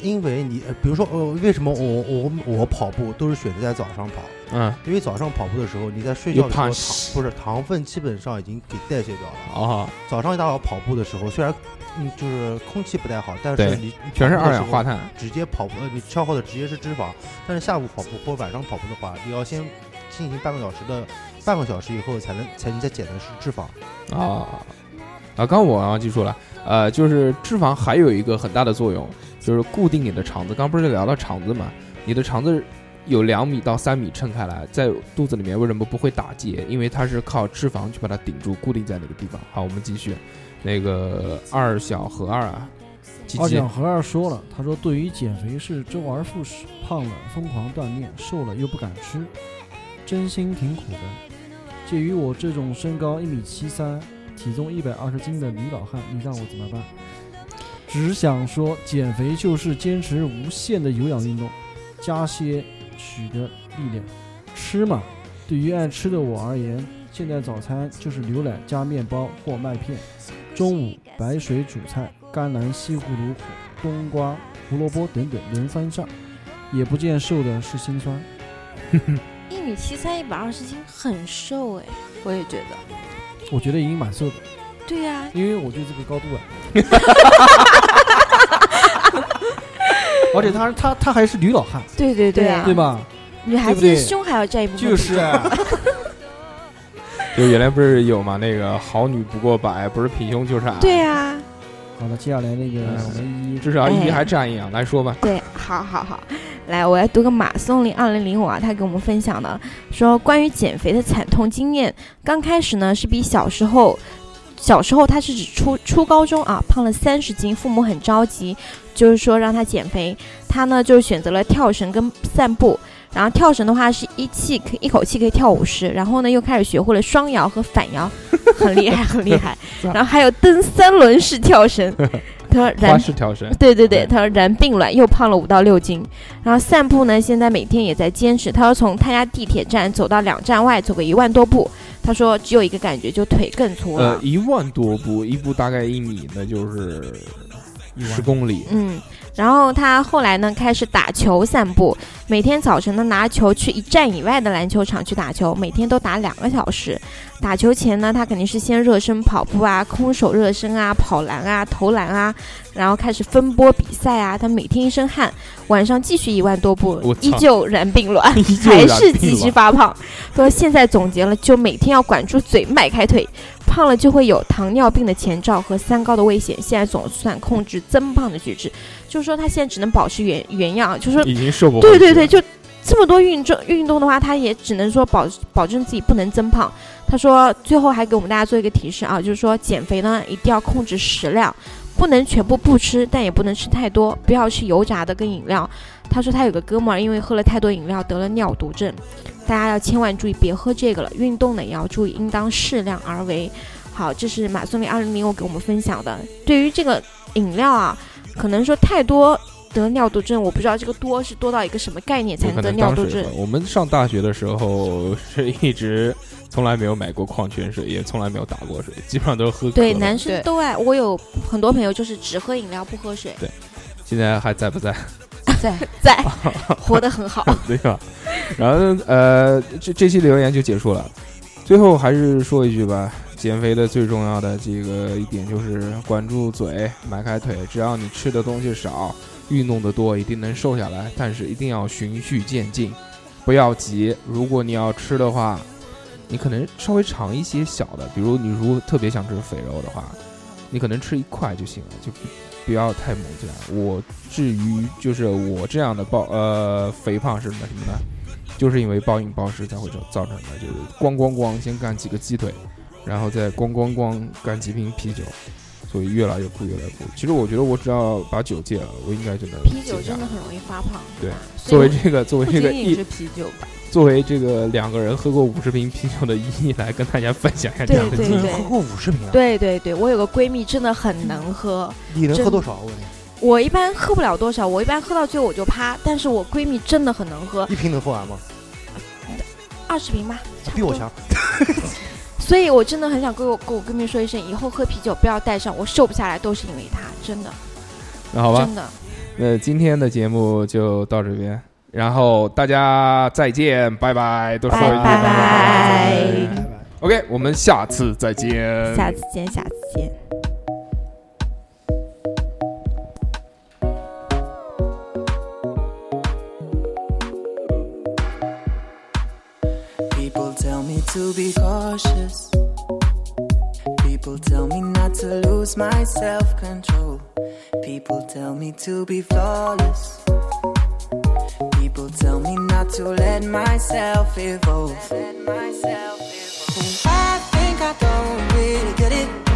因为你，呃比如说，呃，为什么我我我跑步都是选择在早上跑？嗯，因为早上跑步的时候，你在睡觉又的时怕候死糖不是糖分基本上已经给代谢掉了。啊，早上一大早跑步的时候，虽然嗯就是空气不太好，但对是你你全是跑步二的时氧候化碳。直接跑步，呃，你消耗的直接是脂肪。但是下午跑步或晚上跑步的话，你要先进行半个小时的，半个小时以后才能才能再减的是脂肪。啊啊！刚我啊记住了，呃，就是脂肪还有一个很大的作用，就是固定你的肠子。刚不是聊到肠子嘛？你的肠子有两米到三米撑开来，在肚子里面为什么不会打结？因为它是靠脂肪去把它顶住，固定在那个地方。好，我们继续，那个二小和二啊，鸡二鸡两和二说了，他说对于减肥是周而复始，胖了疯狂锻炼，瘦了又不敢吃，真心挺苦的。介于我这种身高一米七三、体重一百二十斤的女老汉，你让我怎么办？只想说，减肥就是坚持无限的有氧运动，加些许的力量。吃嘛，对于爱吃的我而言，现在早餐就是牛奶加面包或麦片，中午白水煮菜、甘蓝西葫芦、冬瓜、胡萝卜等等连番上，也不见瘦的是心酸。 一米七三，一百二十斤，很瘦哎。我也觉得，我觉得已经蛮瘦的，对呀、因为我就这个高度 啊。而且他他他还是女老汉，对对对对啊对吧？女孩子对的不对胸还要占一部分比就重，是啊，就原来不是有嘛？那个好女不过百，不是平胸就是矮。对呀、好了，接下来那个嗯我们一至少一哎还占一啊，来说吧。对，好好好，来，我来读个马松林二零零五啊，他给我们分享的说关于减肥的惨痛经验。刚开始呢是比小时候，小时候他是指初初高中啊，胖了三十斤，父母很着急，就是说让他减肥。他呢就选择了跳绳跟散步，然后跳绳的话是一气可一口气可以跳五十，然后呢又开始学会了双摇和反 摇，很厉害很厉害，然后还有蹬三轮式 跳绳。他说然花式跳绳，对对对对，他说然并卵又胖了五到六斤，然后散步呢，现在每天也在坚持。他说从他家地铁站走到两站外，走个一万多步。他说只有一个感觉，就腿更粗了。呃，一万多步，一步大概一米，那就是十公里。嗯，然后他后来呢，开始打球散步，每天早晨呢拿球去一站以外的篮球场去打球，每天都打两个小时。打球前呢，他肯定是先热身跑步啊，空手热身啊，跑篮啊，投篮啊，然后开始分波比赛啊。他每天一身汗，晚上继续一万多步我，操依旧然并卵，依 旧还染是病继续了发胖。他说现在总结了，就每天要管住嘴，迈开腿。胖了就会有糖尿病的前兆和三高的危险。现在总算控制增胖的举止，就是说他现在只能保持原原样，就是说已经瘦不回对去啊对了对，就这么多运动运动的话，他也只能说保保证自己不能增胖。他说最后还给我们大家做一个提示啊，就是说减肥呢一定要控制食量，不能全部不吃，但也不能吃太多，不要吃油炸的跟饮料。他说他有个哥们儿因为喝了太多饮料得了尿毒症，大家要千万注意别喝这个了。运动呢也要注意，应当适量而为。好，这是马松林二零零五给我们分享的。对于这个饮料啊，可能说太多得尿毒症，我不知道这个多是多到一个什么概念才有可能得能尿当毒水症喝。。我们上大学的时候 是一直从来没有买过矿泉水，也从来没有打过水，基本上都是喝可对，乐男生对都爱。我有很多朋友就是只喝饮料不喝水，现在还在不在？在在 活得很好。对吧？ 然后呃，这这期留言就结束了。最后还是说一句吧，减肥的最重要的这个一点就是管住嘴，迈开腿。只要你吃的东西少，运动的多，一定能瘦下来。但是一定要循序渐进，不要急。如果你要吃的话，你可能稍微尝一些小的，比如你如果特别想吃肥肉的话，你可能吃一块就行了，就不不要太猛进来。我至于就是我这样的暴呃肥胖是什么什么呢？就是因为暴饮暴食才会造造成的，就是咣咣咣先干几个鸡腿，然后再咣咣咣干几瓶啤酒，所以越来越苦越来越苦。其实我觉得我只要把酒戒了，我应该就能啤酒减下真的来很容易发胖。对作所为以这个作为不这个仅仅一是啤酒吧，作为这个两个人喝过五十瓶啤酒的一来跟大家分享一下这样的对经历。对喝过五十瓶啊？对对对，我有个闺蜜真的很能喝，你能真喝多少？我问你，我一般喝不了多少，我一般喝到最后我就趴，但是我闺蜜真的很能喝，一瓶能喝完吗？二十瓶吧，差比不我多。强。所以我真的很想跟我跟我闺蜜说一声，以后喝啤酒不要带上，我瘦不下来都是因为她，真的那好吧，真的。那今天的节目就到这边，然后大家再见，拜拜，都说一句拜拜拜拜。OK，我们下次再见，下次见，下次见。 People tell me to be cautious. People tell me not to lose my self control. People tell me to be flawless. People tell me not to let myself evolve. And I think I don't really get it.